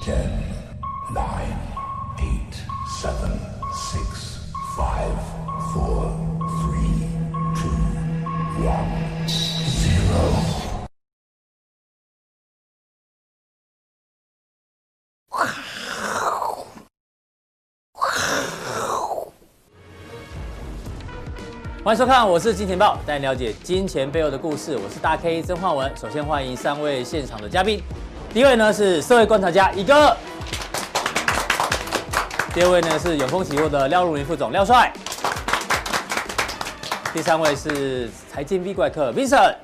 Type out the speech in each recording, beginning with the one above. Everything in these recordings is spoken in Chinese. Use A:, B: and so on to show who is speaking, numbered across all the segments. A: Ten, nine, eight, seven, six, five, four, three, two, one, zero.
B: 欢迎收看，我是金钱豹，带你了解金钱背后的故事。我是大 K 曾焕文。首先欢迎三位现场的嘉宾，第一位呢是社会观察家一哥，第二位呢是永丰期货的廖如林副总廖帅，第三位是财经 V 怪客 Vincent。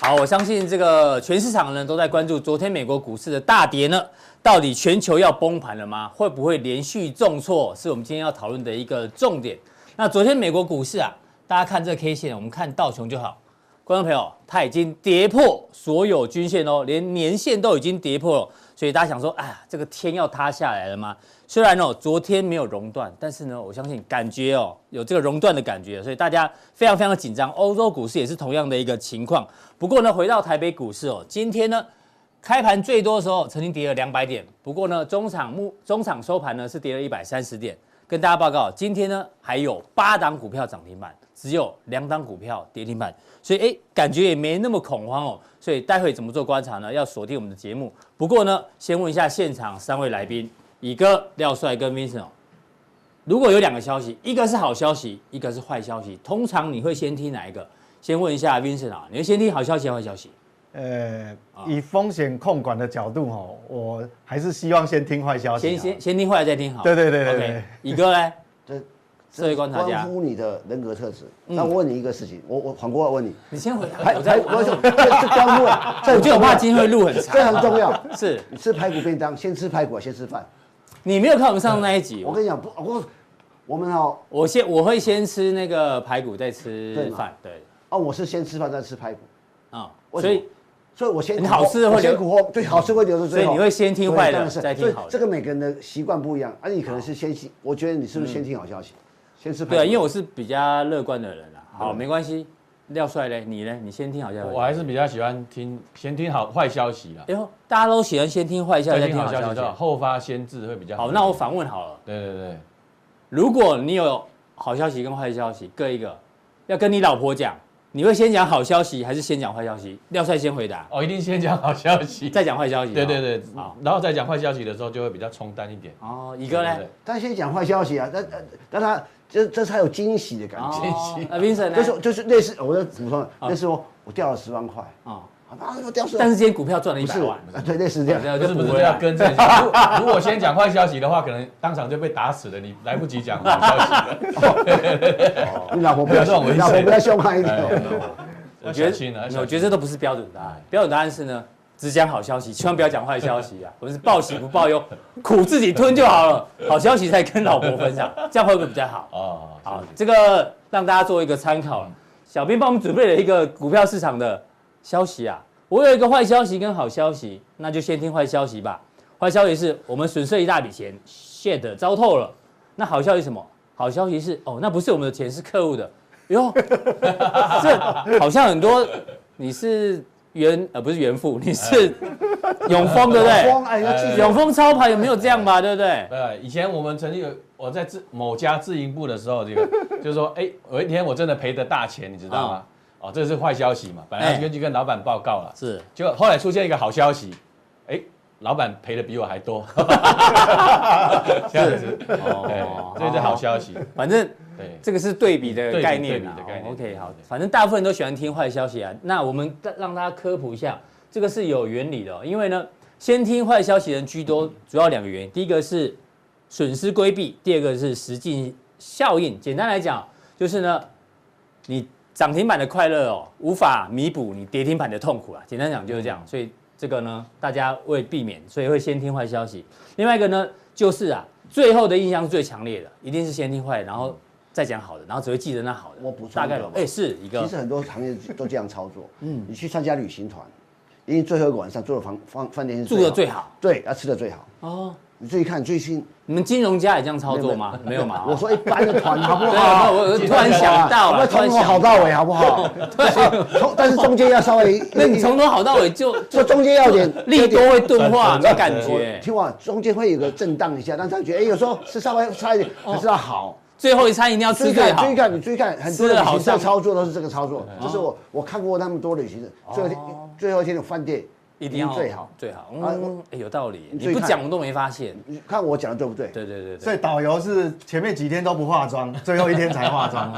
B: 好，我相信这个全市场呢都在关注昨天美国股市的大跌呢，到底全球要崩盘了吗？会不会连续重挫？是我们今天要讨论的一个重点。那昨天美国股市啊，大家看这 K 线，我们看道琼就好。观众朋友，它已经跌破所有均线哦，连年线都已经跌破了，所以大家想说，啊，这个天要塌下来了吗？虽然哦，昨天没有熔断，但是呢，我相信感觉哦，有这个熔断的感觉，所以大家非常非常的紧张。欧洲股市也是同样的一个情况。不过呢，回到台北股市哦，今天呢，开盘最多的时候曾经跌了两百点，不过呢，中场目中场收盘呢是跌了一百三十点。跟大家报告，今天呢还有八档股票涨停板，只有两档股票跌停板，所以哎，感觉也没那么恐慌哦。所以待会怎么做观察呢？要锁定我们的节目。不过呢，先问一下现场三位来宾，乙哥、廖帅跟 Vincent 哦。如果有两个消息，一个是好消息，一个是坏消息，通常你会先听哪一个？先问一下 Vincent 啊，你会先听好消息还是坏消息？
C: 呃，以风险控管的角度哦，我还是希望先听坏消息
B: 先
C: 啊。
B: 先先听坏了再听好。
C: 对对对对
B: OK，
C: 对
B: 乙哥嘞，
D: 这
B: 社会观察家
D: 关乎你的人格特质。那我问你一个事情，我我反过来问你，
B: 你先回答。
D: 排
B: 我
D: 排
B: 再
D: 我这这关乎啊，这
B: 我
D: 很
B: 就
D: 重要
B: 怕今天会录很长。
D: 这很重要。
B: 是哦
D: 你吃排骨便当，先吃排骨，先吃饭。
B: 你没有看我们上那一集，
D: 我
B: 我
D: 跟你讲，不，我我们哦，
B: 我先我会先吃那个排骨，再吃
D: 对嘛
B: 饭，对，
D: 啊，我是先吃饭再吃排骨，
B: 啊、
D: 为什
B: 所
D: 么
B: 以
D: 所以我先
B: 你好吃的会
D: 我先
B: 留
D: 苦后，对，好吃会留着最后。
B: 所以你会先听坏的
D: 对当然是
B: 再听
D: 所以
B: 好的
D: 这个每个人的习惯不一样，而啊你可能是先，我觉得你是不是先听好消息，先吃排
B: 嗯
D: 骨？
B: 对啊，因为我是比较乐观的人啦。啊好，没关系，廖帅嘞，你呢？你先听好消息。
E: 我啊还是比较喜欢听，先听好坏消息啦
B: 哎，呦，大家都喜欢先听坏消息，再
E: 再
B: 听
E: 听
B: 好
E: 好消
B: 消
E: 息，
B: 息。
E: 后发先至会比较好。
B: 好，那我反问好了，
E: 对对对，
B: 如果你有好消息跟坏消息各一个，要跟你老婆讲，你会先讲好消息还是先讲坏消息？廖帅先回答，
E: 哦，一定先讲好消息，
B: 再讲坏消息。
E: 对对对
B: 好，
E: 然后再讲坏消息的时候就会比较冲淡一点。
B: 哦，乙哥
E: 对
B: 嘞
E: 对，
D: 但先讲坏消息啊，但但但他这这才有惊喜的感觉。
B: 哦，那 Vincent 呢？
D: 就是就是类似，我在补充，
B: 啊
D: 类似我我掉了十万块，
B: 哦，
D: 啊，那我掉十
B: 但
D: 万，
B: 是今天股票赚了一
D: 不
B: 百
D: 是我
B: 万，，
D: 啊对，类似这样。
B: 对
E: 不是
B: 就
E: 不
B: 补
E: 是
B: 回
E: 要
B: 来。
E: 跟正如果如果先讲坏消息的话，可能当场就被打死了，你来不及讲好 消息了。
D: 你老婆不要
E: 不要让我
D: 凶，你老婆
E: 一
D: 不
E: 睡
D: 要凶悍一
B: 哎
D: 点。哦
E: 我觉得，
B: 我觉得这都不是标准答案。标准答案是呢，只讲好消息，千万不要讲坏消息啊！我 们是报喜不报忧，苦自己吞就好了。好消息再跟老婆分 享，这样会不会比较好？
E: 哦，
B: 好，这个让大家做一个参考。小编帮我们准备了一个股票市场的消息啊，我有一个坏消息跟好消息，那就先听坏消息吧。坏消息是我们损失了一大笔钱，shit 糟透了。那好消息是什么？好消息是哦，那不是我们的钱，是客户的。哟， 这好像很多你是原呃不是原富，你 是永丰对不对？
D: 风哎，要记
E: 哎
D: 得，
B: 永丰操盘有没有这样吧？对不对？
E: 呃，以前我们曾经有我在自某家自营部的时候，这个 就是说，哎、有一天我真的赔的大钱，你知道吗？哦，这是坏消息嘛，本来
B: 啊哎
E: 要去跟老板报告了，
B: 是
E: 结果后来出现一个好消息，哎、老板赔的比我还多， 这样子，对
B: 哦，，
E: 这是好消息，
B: 反正
E: 对，
B: 这个是对比的概念啊
E: 对比对比的概念
B: 哦 OK，
E: 对
B: 好
E: 对对，
B: 反正大部分人都喜欢听坏消息啊。那我们再让大家科普一下，这个是有原理的哦、因为呢，先听坏消息的人居多，主要两个原因，第一个是损失规避，第二个是实际效应。简单来讲，就是呢，你涨停板的快乐哦，无法弥补你跌停板的痛苦啊。简单讲就是这
D: 嗯
B: 样，所以这个呢，大家为避免，所以会先听坏消息。另外一个呢，就是啊，最后的印象是最强烈的，一定是先听坏的，然后再讲好的，然后只会记得那好的。
D: 我补充一个
B: 大概
D: 吧
B: 哎、是一个
D: 其实很多行业都这样操作。嗯，你去参加旅行团，因为最后一个晚上住的房房饭店是
B: 住的最好
D: 对，要吃的最好。
B: 哦，
D: 你自己看最新，
B: 你们金融家也这样操作吗？没有嘛？
D: 我说一般的团好不
B: 啊 对啊，
D: 好？
B: 我我突然想到
D: 我
B: 了，突然
D: 从头好
B: 想到，
D: 到尾好 不好？对，从但是中间要稍微，
B: 那你从头好到尾 就
D: 这中间要有点
B: 利多会钝化，
E: 转折
B: 没感
D: 我
B: 觉。
D: 听我，中间会有个震荡一下，但他觉得哎，有时候是稍微差一点，还是要好。
B: 最后一餐一定要吃
D: 追
B: 哦最
D: 看
B: 好
D: 追。看，你追看很多
B: 吃
D: 的
B: 得
D: 旅
B: 好
D: 行社
B: 上
D: 操作都是这个操作，这是我我看过那么多的旅行社，最后一天最后一天的饭店
B: 一定要
D: 最好。
B: 最好。
D: 啊
B: 嗯
D: 我，
B: 哎有道理，
D: 你
B: 你
D: 注意
B: 不
D: 看
B: 讲我都没发现。
D: 你看我讲的对不对？
B: 对对对
C: 所
B: 对，
C: 以导游是前面几天都不 化妆，最后一天才化妆，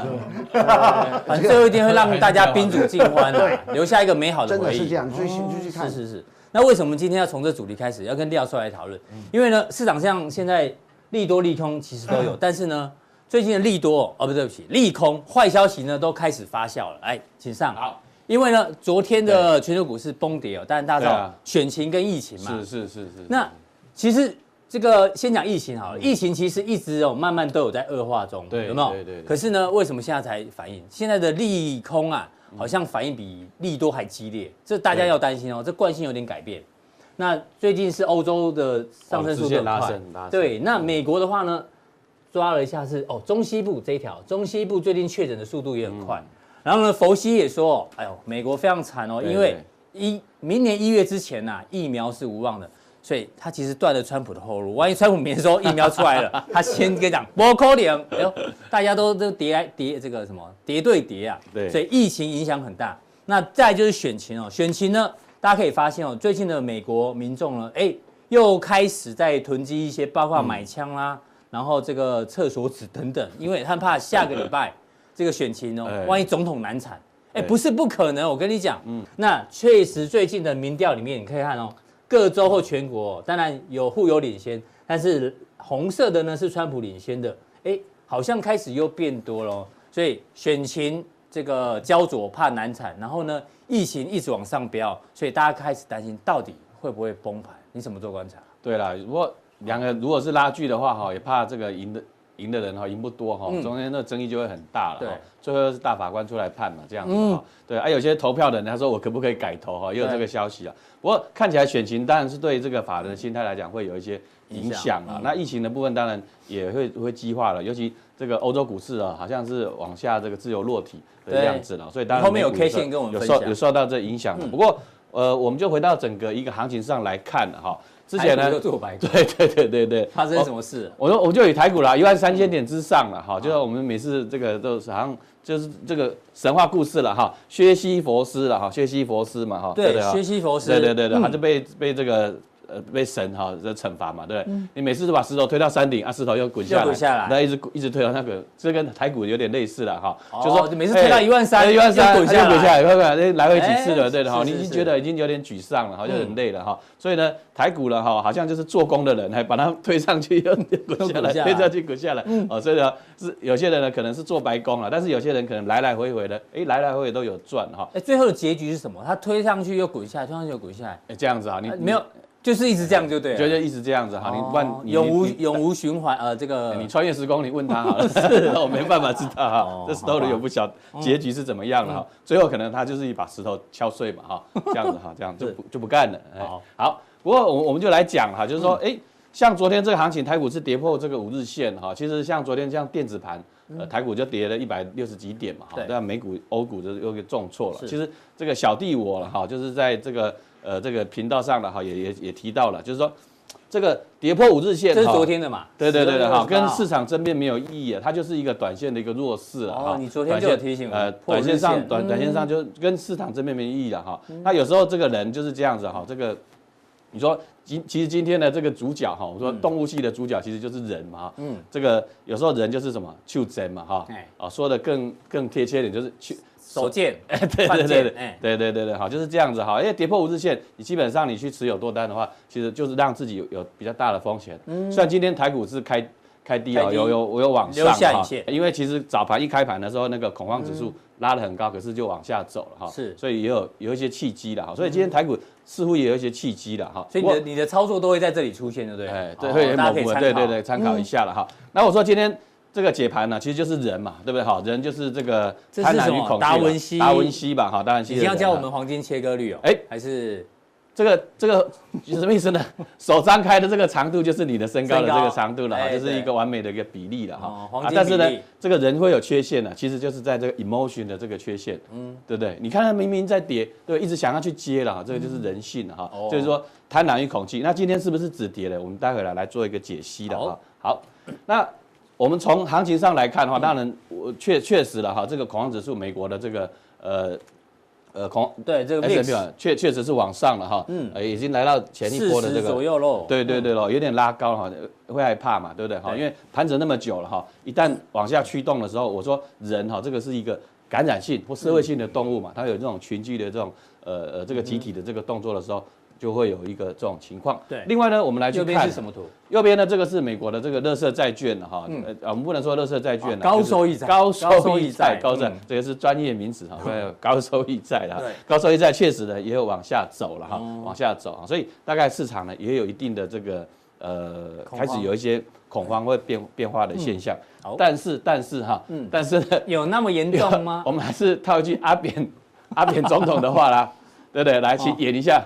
C: 是 吧？
B: 反正最后一定会让大家宾主尽欢啊，留下一个美好的
D: 真的
B: 回忆。
D: 是这样，所以你就去看
B: 是。是是。那为什么今天要从这主题开始，要跟廖帅来讨论？
D: 嗯
B: 因为呢，市场上现在利多利空其实都 有，但是呢，最近的利多哦，不对不起，利空坏消息呢都开始发酵了。哎，请上。
E: 好，
B: 因为呢，昨天的全球股市崩跌哦，但大家知
E: 对
B: 道
E: 啊
B: 选情跟疫情嘛，
E: 是是是是。
B: 那其实这个先讲疫情好了，疫情其实一直有哦慢慢都有在恶化中，
E: 嗯对
B: 有没有？
E: 对对对
B: 可是呢，为什么现在才反应？现在的利空啊，好像反应比利多还激烈，这大家
E: 对
B: 要担心哦，这惯性有点改变。那最近是欧洲的上升速度很
E: 哦直线拉
B: 快
E: 升拉，升
B: 对。那美国的话呢，抓了一下是哦，中西部这一条，中西部最近确诊的速度也很
E: 嗯
B: 快。然后呢，佛西也说哦，哎呦，美国非常惨哦，
E: 对
B: 因为
E: 对
B: 一明年一月之前呐、疫苗是无望的，所以他其实断了川普的后路。万一川普明年说疫苗出来了，他先跟你讲不可能，哎呦，大家都都叠来叠这个什么叠对叠啊，
E: 对
B: 所以疫情影响很大。那再就是选情哦，选情呢，大家可以发现哦，最近的美国民众呢，哎，又开始在囤积一些，包括买枪啦、然后这个厕所纸等等，因为他怕下个礼拜这个选情哦
E: 哎，
B: 万一总统难产，哎，
E: 对
B: 不是不可能，我跟你讲，嗯，那确实最近的民调里面，你可以看哦，各州或全国、哦、当然有互有领先，但是红色的呢是川普领先的，哎，好像开始又变多了、哦，所以选情这个焦灼，怕难产，然后呢，疫情一直往上飙，所以大家开始担心到底会不会崩盘？你怎么做观察？
E: 对啦，如果两个如果是拉锯的话哈，也怕这个赢的赢的人哈赢不多哈，中间那争议就会很大了
B: 嗯对嗯
E: 哈。最后是大法官出来判嘛，这样子哈。对啊，有些投票的人他说我可不可以改投哈，也有这个消息啊。不过看起来选情当然是对这个法人的心态来讲会有一些影响
B: 嗯
E: 啊。那疫情的部分当然也会会激化了，尤其这个欧洲股市啊，好像是往下这个自由落体的
B: 对
E: 样子了，所以当然
B: 后面有
E: 美股的
B: K 线跟我们
E: 有
B: 分
E: 受
B: 享
E: 有受到这影响
B: 嗯
E: 的。不过呃，我们就回到整个一个行情上来看哈。之前呢
B: 台股，又做白
E: 对对对对对，
B: 发生什么事了？
E: 我说我就以台股啦，一万
B: 嗯
E: 三千点之上了哈，就是我们每次这个都是好像就是这个神话故事了哈，薛西佛斯了哈，薛西佛斯嘛哈，
B: 对
E: 不哈
B: 薛西佛斯
E: 对对啊对对，
B: 嗯
E: 他就被被这个。呃，被神哈这惩罚嘛，对不对？你每次都把石头推到山顶啊，石头又滚
B: 嗯
E: 下
B: 又
E: 来，
B: 滚下来
E: 那一直一直推到那个，这跟台股有点类似了哈。
B: 哦就每次推到
E: 哎
B: 13,000
E: 哎13,000
B: 又滚下来
E: 哎滚下来，会不会来回几次
B: 哎
E: 了？对的哈，
B: 是
E: 你
B: 是
E: 已经
B: 是嗯
E: 觉得已经有点沮丧了，好像很累了哈。所以呢，台股了哈，好像就是做工的人，还把它推上去又又滚下来，
B: 滚下来嗯
E: 推上去滚下来。哦，所以呢，是有些人呢可能是做白工了，但是有些人可能来来回回的，哎，来来回回都有赚哈。
B: 哎，最后的结局是什么？他推上去又滚下来，推上去又滚下来，
E: 哎，这样子啊，你
B: 呃没有，就是一直这样就对了。
E: 觉得一直这样子哈，你问
B: 哦
E: 你
B: 永无
E: 你
B: 永无循环，呃，这个
E: 你穿越时空，你问他好了， 是，我没办法知
B: 哦
E: 道哈，这 story 我不晓
B: 嗯
E: 结局是怎么样了哈，最后可能他就是一把石头敲碎嘛哈，这样子哈，这 样就不就不干了。哎
B: 好，嗯
E: 好，不过我我们就来讲哈，就是说，哎，像昨天这个行情，台股是跌破这个五日线哈，其实像昨天这样电子盘，呃，台股就跌了一百六十几点嘛
B: 嗯
E: 哈
B: 对，
E: 但美股、欧股就是又给重挫了
B: 是。
E: 其实这个小弟我了哈，就是在这个呃这个频道上了哈，也也也提到了，就是说。这个跌破五日线，
B: 这是
E: 哈
B: 昨天的嘛？
E: 对对对对，哈，
B: 12月
E: 跟
B: 28
E: 市场争辩没有意义啊，它就是一个短线的一个弱势啊。
B: 哦
E: 哈
B: 你昨天
E: 短
B: 就有
E: 线
B: 提醒我
E: 呃，
B: 破日
E: 短线上
B: 线嗯
E: 短短线上就跟市场争辩没意义了哈。那有时候这个人就是这样子啊哈，这个你说今其实今天的这个主角哈，我说动物系的主角其实就是人嘛哈。
B: 嗯
E: 嗯，这个有时候人就是什么去真嘛哈
B: 哎，
E: 啊，说的更更贴切一点就是去
B: 手贱，
E: 对
B: 犯
E: 对
B: 贱
E: 对对
B: 哎，
E: 对对对对，好，就是这样子哈。因为跌破五日线，你基本上你去持有多单的话，其实就是让自己有有比较大的风险。虽然今天台股是开开低
B: 嗯开
E: 啊，
B: 低
E: 有有我有往上
B: 留下影
E: 哈
B: 线
E: 因为其实早盘一开盘的时候，那个恐慌指数拉得很高，可是就往下走了哈。
B: 是嗯
E: 所以也有有一些契机了哈。所以今天台股似乎也有一些契机了哈。
B: 所以
E: 不
B: 你
E: 过
B: 的你的操作都会在这里出现，对不对？
E: 哎，
B: 哦
E: 对，会有
B: 大家
E: 某
B: 可以
E: 部
B: 参
E: 分，
B: 考。嗯
E: 对对对，参考一下了哈。那我说今天这个解盘呢，其实就是人嘛，对不对？哈，人就是这个
B: 这是
E: 贪婪
B: 什
E: 与
B: 么
E: 恐惧嘛，
B: 达文西
E: 达文西吧，哈，达文西
B: 你
E: 的
B: 一定
E: 人啊。
B: 要教我们黄金切割率哦，哎
E: 哎，
B: 还是
E: 这个这个有什么意思呢？ 手张开的这个长度就是你的身高的
B: 身高
E: 这个长度了哈，
B: 哎
E: 就是一个完美的一个比例了
B: 哦
E: 哈。
B: 黄
E: 啊，
B: 金
E: 但是呢
B: 比例，
E: 这个人会有缺陷呢，啊其实就是在这个 emotion 的这个缺陷，嗯，对不对？你看他明明在跌，对，一直想要去接了哈，这个就是人性了哈
B: 哦。
E: 就是说贪婪与恐惧。那今天是不是止跌了？我们待会来来做一个解析了哈。好，那我们从行情上来看的话，当然我确确实了哈，这个恐慌指数美国的这个呃呃恐
B: 对这个
E: S M P
B: VIX
E: 确确实是往上了哈，嗯，已经来到前一波
B: 四
E: 的这
B: 十
E: 个
B: 左右喽。
E: 对对对咯，有点拉高了哈，会害怕嘛，对不对哈？
B: 对
E: 因为盘整那么久了哈，一旦往下驱动的时候，我说人哈，这个是一个感染性或社会性的动物嘛，它有这种群居的这种呃呃这个集体的这个动作的时候，就会有一个这种情况。
B: 嗯对
E: 另外呢，我们来去
B: 右边
E: 看
B: 是什么图？
E: 右边呢，这个是美国的这个乐色债券了哈，呃，我们不能说乐色债券
B: 哦
E: 了，
B: 嗯高
E: 就是
B: 收益债
E: 高
B: 高收
E: 收
B: 益
E: 益
B: 债
E: 债，高债
B: 嗯，
E: 这个是专业 名词哈，高收益债了哈
B: 对，哦
E: 高收益债确实呢也有往下走了哈，往下走啊，所以大概市场呢也有一定的这个呃
B: 恐慌嗯
E: 开始有一些恐慌或变变化的现象
B: 好，
E: 但是但是哈，但是呢
B: 有那么严重吗
E: ？我们还是套一句阿扁阿扁总统的 话啦，对不对？来，
B: 哦
E: 请演一下。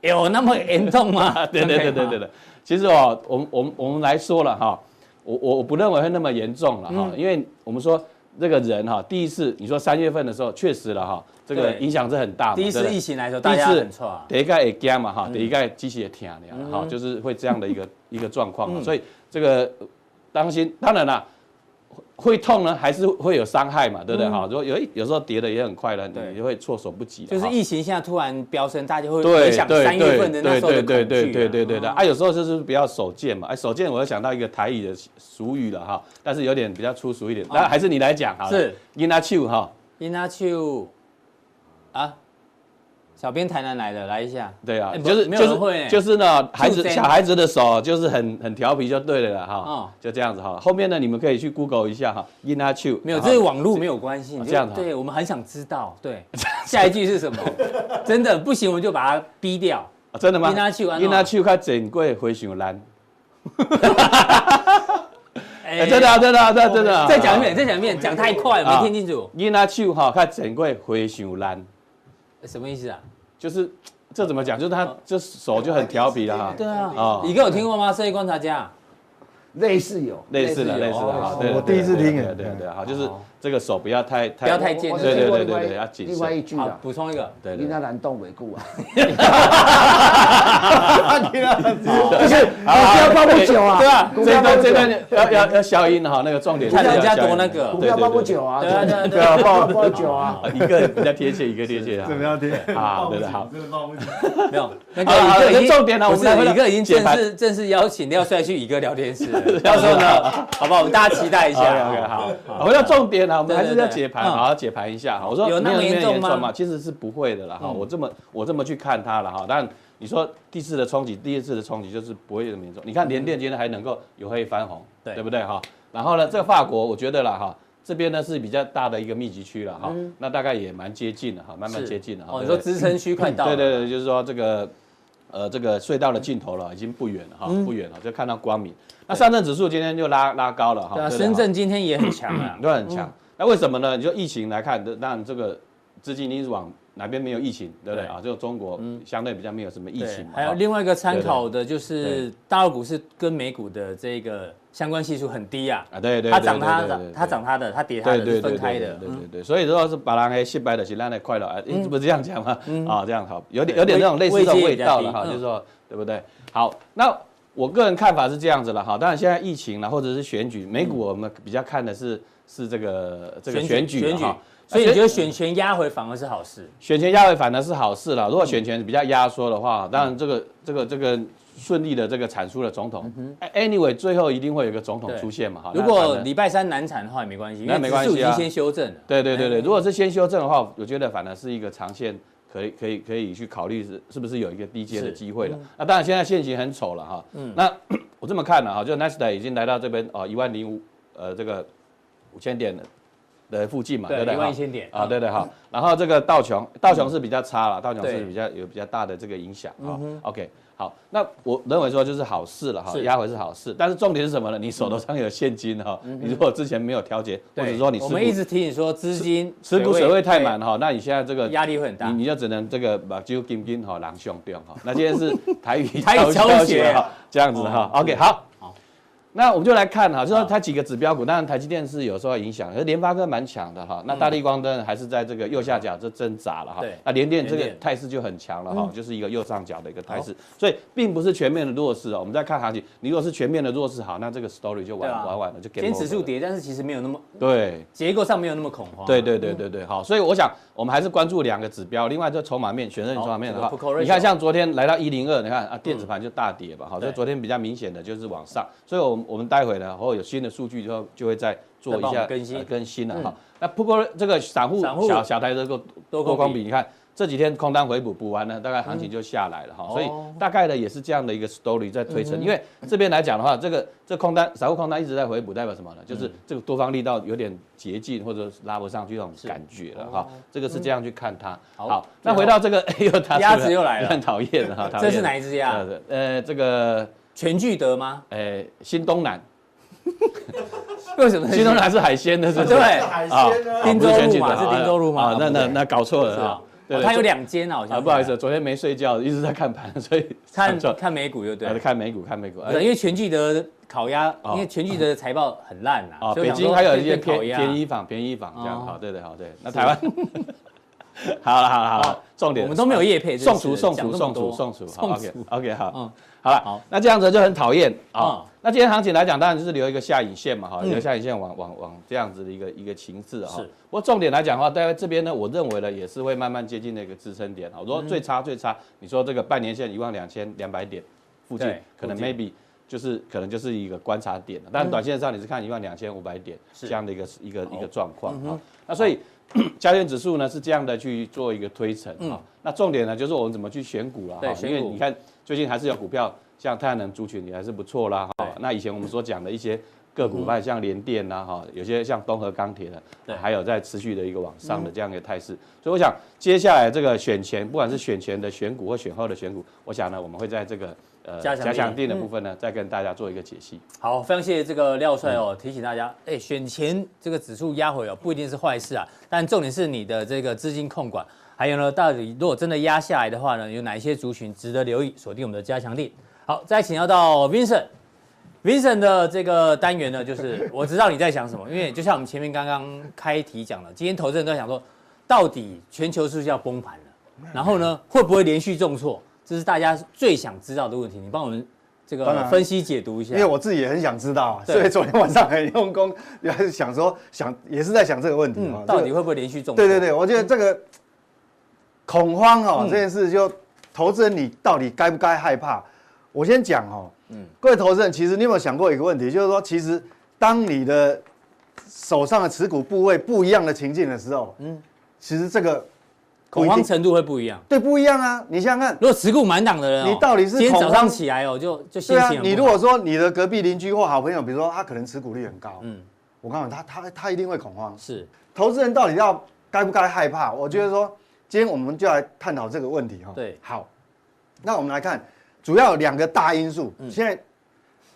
B: 有那么严重吗？
E: 对对对对对对。其实哦，我们我们我们来说了哈，我我我不认为会那么严重了
B: 嗯
E: 哈，因为我们说这个人哈，第一次你说三月份的时候确实了哈，这个
B: 对
E: 影响是很大嘛。
B: 第一次
E: 对不对
B: 疫情嗯来的时候，
E: 第
B: 大
E: 一
B: 家
E: 次
B: 很错啊。
E: 第一个会惊嘛哈，第一个机器也疼了哈，就是会这样的 一个一个状
B: 嗯
E: 况啊，所以这个呃当心，当然啦。会会痛呢，还是会有伤害嘛，对不对哈？如果有有时候跌的也很快了，
B: 嗯对
E: 你就会措手不及的
B: 就是
E: 哈
B: 疫情现在突然飙升，大家会
E: 对
B: 回想
E: 对
B: 三
E: 对
B: 月份的那时候的恐惧、
E: 对
B: 啊。
E: 对对对对对对
B: 哦
E: 啊！有时候就是比较手贱嘛，哎，手贱我又想到一个台语的俗语了哈，但是有点比较粗俗一点，那还是你来讲好了。
B: 是
E: ，in a 哈，
B: In a to 啊，小编台南来的，来一下。
E: 对啊
B: 哎，不
E: 就是
B: 没有
E: 就
B: 人会
E: 是
B: 呢
E: 就是呢，孩
B: 就
E: 子
B: 这样
E: 小孩子的手就是很很调皮就对了啦
B: 哦
E: 哈，就这样子哈。后面呢，你们可以去 Google 一下哈，in a
B: 没有，这是网络没有关系。你就
E: 这样子啊
B: 对我们很想知道，对，下一句是什么？真的不行，我们就把它逼掉。
E: 真的吗
B: in a chew，安怎
E: ？in a 较整过回想难，
B: 哎
E: 哎，真的啊真的啊真的啊真的啊。
B: 再讲一遍，再讲一遍，讲太快了，
E: 啊
B: 没听清楚，
E: ，in a 哈，较整过回想难。
B: 什么意思啊？
E: 就是这怎么讲？就是他这手就很调皮了哈。
B: 对啊，
E: 哦
B: 你哥有听过吗？社会观察家，
D: 类似有，
E: 类似的，
B: 类
E: 类
B: 似
E: 似
B: 有
E: 的哈
B: 哦。
E: 对
C: 我第一次听
E: 对
C: 哎
E: 对对对，好，就是这个手不要太不
B: 不要太贱
D: 我
B: 对
D: 是
E: 对
D: 听过
E: 对
D: 另外
E: 对对要谨慎
D: 另外一句
B: 好
D: 啊，，
B: 补充一个，
E: 对
D: 你
E: 对
D: 那。难动为固啊，
C: 啊
D: 股
E: 就是
D: 票爆不久啊
E: 对啊，
D: 股
E: 这
D: 票
E: 一
D: 爆不久
E: 段这一段要要要消音哈，那个重点是
B: 看人家
E: 要消音
B: 多那个
D: 股
E: 对
D: 票
E: 对
D: 包不
E: 对
D: 久啊，
B: 对啊对啊对
C: 对啊，
B: 啊，
C: 报
D: 包不久啊，
E: 啊一个比较贴切，一个贴切啊
C: 怎。么样听？
E: 啊对的好
C: 真的报不起。
B: 没有，那
E: 好了好
B: 个宇哥
E: 了
B: 已经
E: 这重点了
B: 不
E: 我们来回
B: 是
E: 到
B: 宇哥已经
E: 解
B: 正
E: 盘
B: 式正式邀请廖帅去宇哥聊天室 了，到时候呢，好不好？我们大家期待一
E: OK
B: 下。
E: OK 好，好回到重点啊了，我们还
B: 对
E: 是
B: 对
E: 要
B: 对
E: 解盘，
B: 嗯
E: 好好解盘一下哈。我说
B: 有那么
E: 没
B: 严重吗嗯
E: 嘛？其实是不会的啦哈。我这么我这么去看它了哈，但你说第四的冲击，第一次的冲击就是不会那么严重。你看联电今天还能够由黑翻红，
B: 嗯对
E: 对不对哈？然后呢，这个法国我觉得啦哈。这边呢是比较大的一个密集区了哈，那大概也蛮接近了哈，慢
B: 嗯
E: 慢
B: 是
E: 接近了哈。
B: 哦，
E: 对
B: 你
E: 不
B: 说
E: 对
B: 支撑区快到了，
E: 对对对，就是说这个呃这个隧道的尽头了，已经不远了哈，
B: 嗯
E: 不远了，就看到光明。那上证指数今天就拉拉高了哈，
B: 对啊，
E: 对不对
B: 深圳今天也很强啊
E: 哈，都很强。那为什么呢？你就疫情来看，当然这个资金一直往哪边没有疫情，对不对
B: 对嗯
E: 啊？就中国相对比较没有什么疫情嘛。
B: 还有
E: 哈
B: 另外一个参考的就是大陆股市跟美股的这个相关系数很低啊，
E: 啊，对对，
B: 它
E: 对
B: 涨它
E: 对对
B: 的
E: 对，
B: 它
E: 对
B: 涨它的，它跌它
E: 对
B: 的，
E: 对
B: 是
E: 对
B: 分
E: 对
B: 开
E: 对
B: 的。嗯
E: 对对对，所以说是把人黑洗白的是让人快乐，哎，你不是这样讲吗？
B: 嗯
E: 啊，这样好，有点有点那种类似这种味道了哈，
B: 慰藉比较低
E: 就是说对不对？好，那我个人看法是这样子了哈，当然现在疫情啦，或者是选举，美股我们比较看的是是这个这个选举
B: 选
E: 了
B: 举
E: 哈，，
B: 所以你觉得选权压回反而是好事？
E: 选前压回反而是好事
B: 嗯
E: 了。如果选前比较压缩的话，当然这个这个这个顺利的这个产出了总统哎，anyway 最后一定会有一个总统
B: 嗯对
E: 出现嘛哈。
B: 如
E: 那反
B: 果
E: 而
B: 礼拜三难产的话也没关系，因
E: 那
B: 为
E: 没
B: 指
E: 关系啊
B: 数已经先修正了。
E: 对对对对，如果是先修正的话，我觉得反而是一个长线可以可以可以去考虑是是不是有一个低阶的
B: 是嗯
E: 机会了。那当然现在现行很丑了哈，那 我这么看了哈，就 n a s d a 已经来到这边哦一万零五呃这个五千点了。的附近嘛，
B: 对
E: 对不对？
B: 1万
E: 哈
B: 1000点嗯
E: 啊，对对好。然后这个道琼，道琼是比较差了，道琼是比较有比较大的这个影响
B: 嗯
E: 啊。OK，好，那我认为说就是好事了哈，
B: 是嗯
E: 压回是好事，但是重点是什么呢？你手头上有现金哈，你如果之前没有调节，或者说你
B: 我
E: 持
B: 们一
E: 股
B: 直提醒说资金
E: 持股水位太满
B: 对
E: 哈，那你现在这个
B: 压力会很大
E: 你你就只能这个把就金金 哈狼兄弟哈。那今天是台语
B: 台语教
E: 教
B: 学哦
E: 哈，这样子哈。OK，好。那我们就来看哈，就说它几个指标股，当然台积电是有受到影响，可是联发科蛮强的哈，那大力光灯还是在这个右下角这挣扎了哈
B: 嗯对，
E: 那联电这个
B: 联电嗯
E: 态势就很强了哈，就是一个右上角的一个态势，所以并不是全面的弱势哦。我们再看行情，你如果是全面的弱势，好，那这个 story 就
B: 对
E: 玩
B: 啊
E: 玩完了，就 game
B: 今天指
E: over
B: 数
E: 了
B: 跌，但是其实没有那么
E: 对，
B: 结构上没有那么恐慌啊。
E: 对对对对对，好，所以我想我们还是关注两个指标，另外就筹码面、选择性筹码面的
B: 好
E: 话
B: 这个 put call，ratio
E: 你看像昨天来到一零二，你看啊电子盘就大跌吧，好，
B: 嗯对
E: 所以昨天比较明显的就是往上，所以我们我们待会呢，或有新的数据之后就会再做
B: 再帮我
E: 一下
B: 们更新嗯
E: 呃更新了哈。那 put call 这个散户
B: 散户
E: 小小台的个
B: 多
E: 多
B: 空
E: 空
B: 比
E: 比，你看。这几天空单回补补完了，大概行情就下来了
B: 嗯
E: 哈，所以
B: 哦
E: 大概呢也是这样的一个 story 在推升。因为这边来讲的话，这个这空单散户空单一直在回补，代表什么呢？
B: 嗯
E: 就是这个多方力道有点竭尽或者是拉不上去那种感觉了哈。这个是这样去看它。好，那回到这个哎又它
B: 嗯鸭子又来了
E: 很讨厌哈。讨厌
B: 这是哪一只鸭？
E: 呃呃，这个
B: 全聚德吗？
E: 呃新东南，
B: 为什么？哦
E: 新 东南是海鲜的，是不是？
B: 对
C: 海
E: 啊，
C: 鲜呢？
E: 哦不
B: 汀州
E: 全聚
B: 路嘛
E: 德
B: 是汀州路吗
E: 啊，那那那搞错了
B: 是啊
E: 啊。，对
B: 哦
E: 对
B: 它有两间啊，好
E: 啊，
B: 像
E: 不好意思，昨天没睡觉，一直在看盘，所以
B: 看
E: 错
B: 看美股就对
E: 呃
B: 了。
E: 看美股，看美股。哎
B: 对，因为全聚德烤鸭，
E: 哦
B: 因为全聚德的财报很烂呐，
E: 啊，
B: 所以
E: 北
B: 我想
E: 京
B: 说
E: 还有一些
B: 变
E: 便
B: 烤鸭
E: 便宜坊、便宜坊这样，
B: 哦
E: 好，对对，好对。那台湾， 好了好了好了，重点
B: 我们都没有业配
E: 送
B: 真
E: 厨
B: 是
E: 送
B: 讲
E: 厨
B: 那么
E: 送厨
B: 多
E: 送厨，
B: 送
E: 好，OK
B: 厨
E: OK 好
B: 嗯，
E: 好
B: 好
E: 了，那这样子就很讨厌
B: 嗯。
E: 啊那今天行情来讲，当然就是留一个下影线嘛，哈，
B: 嗯
E: 留下影线往往往这样子的一个一个情势哈
B: 是。
E: 不过重点来讲的话，在这边呢，我认为呢也是会慢慢接近那个支撑点哈。
B: 嗯
E: 如果最差最差，你说这个半年线一万两千两百点附近
B: 对，
E: 可能
B: 附近嗯
E: maybe 就是可能就是一个观察点了，但短线上你是看一万两千五百点这样的一个一个一个状况
B: 嗯
E: 啊。那所以 加权指数呢是这样的去做一个推陈啊。那重点呢就是我们怎么去选股了
B: 嗯对
E: 哈，
B: 选
E: 因为
B: 股
E: 你看最近还是有股票像太阳能族群也还是不错啦哈
B: 对。嗯
E: 那以前我们所讲的一些个股，包括像联电啦哈，有些像东河钢铁的，啊
B: 对嗯
E: 还有在持续的一个往上的这样一个态势。所以我想接下来这个选前，不管是选前的选股或选后的选股，我想呢我们会在这个呃
B: 加强力
E: 定的部分呢，再跟大家做一个解析。
B: 好，非常谢谢这个廖帅哦，提醒大家，哎，选前这个指数压回哦，不一定是坏事啊，但重点是你的这个资金控管，还有呢，到底如果真的压下来的话呢，有哪一些族群值得留意，锁定我们的加强力。好，再请教到 Vincent。Vincent 的这个单元呢，就是我知道你在想什么，因为就像我们前面刚刚开题讲了，今天投资人都在想说，到底全球是不是要崩盘了？然后呢，会不会连续重挫？这是大家最想知道的问题，你帮我们这
C: 当
B: 个
C: 然
B: 分析解读一下。
C: 因为我自己也很想知道啊，
B: 对
C: 所以昨天晚上很用功， 也是想说想也是在想这个问题啊
B: 嗯，，
C: 这
B: 到
C: 个
B: 底会不会连续中？
C: 对对对，，我觉得
B: 嗯
C: 这个恐慌哦、这件事就投资人你到底该不该害怕？我先讲哦，
B: 嗯
C: 各位投资人，其实你有没有想过一个问题，就是说，其实当你的手上的持股部位不一样的情境的时候，嗯，其实这个不
B: 恐
C: 一
B: 慌
C: 定
B: 程度会不一样。
C: 对不一样啊，你想想看。
B: 如果持股满档的人哦，
C: 你到底是
B: 今天早
C: 恐
B: 上
C: 慌
B: 起来哦，就就心
C: 对
B: 情很不，
C: 啊
B: 好
C: 你如果说你的隔壁邻居或好朋友，比如说他可能持股率很高，
B: 嗯
C: 嗯，我告诉你，他他他一定会恐慌。
B: 是
C: 投资人到底要该不该害怕？我觉得说，今天我们就来探讨这个问题哈。
B: 对
C: 好，那我们来看，主要有两个大因素。现在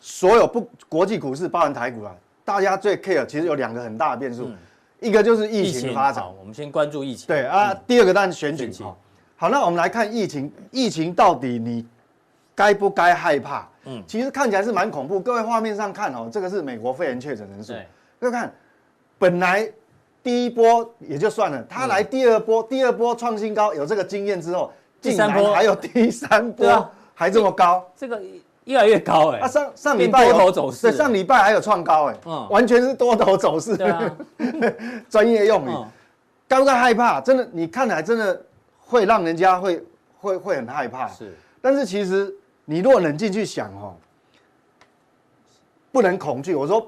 C: 所有不国际股市，包含台股啊，大家最 care 其实有两个很大的变数，一个就是嗯疫情的发展
B: 好，我们先关注疫情。
C: 对啊，第二个当然选举
B: 选举
C: 哈。好，那我们来看疫情，疫情到底你该不该害怕？嗯，其实看起来是蛮恐怖。各位画面上看哦，这个是美国肺炎确诊人数
B: 对，
C: 各位看，本来第一波也就算了，他来第二波，第二波创新高，有这个经验之后，
B: 第三波
C: 竟然还有第三
B: 对啊
C: 波，还这么高。
B: 这个越来越高哎。
C: 啊，上上礼拜
B: 变
C: 有
B: 多头走势了
C: 对，上礼拜还有创高哎，
B: 嗯
C: 完全是多头走势，
B: 对啊，
C: 专业用语。
B: 嗯
C: 该不该害怕？真的，你看来真的会让人家会会会很害怕。
B: 是
C: 但是其实你若冷静去想哦，不能恐惧。我说，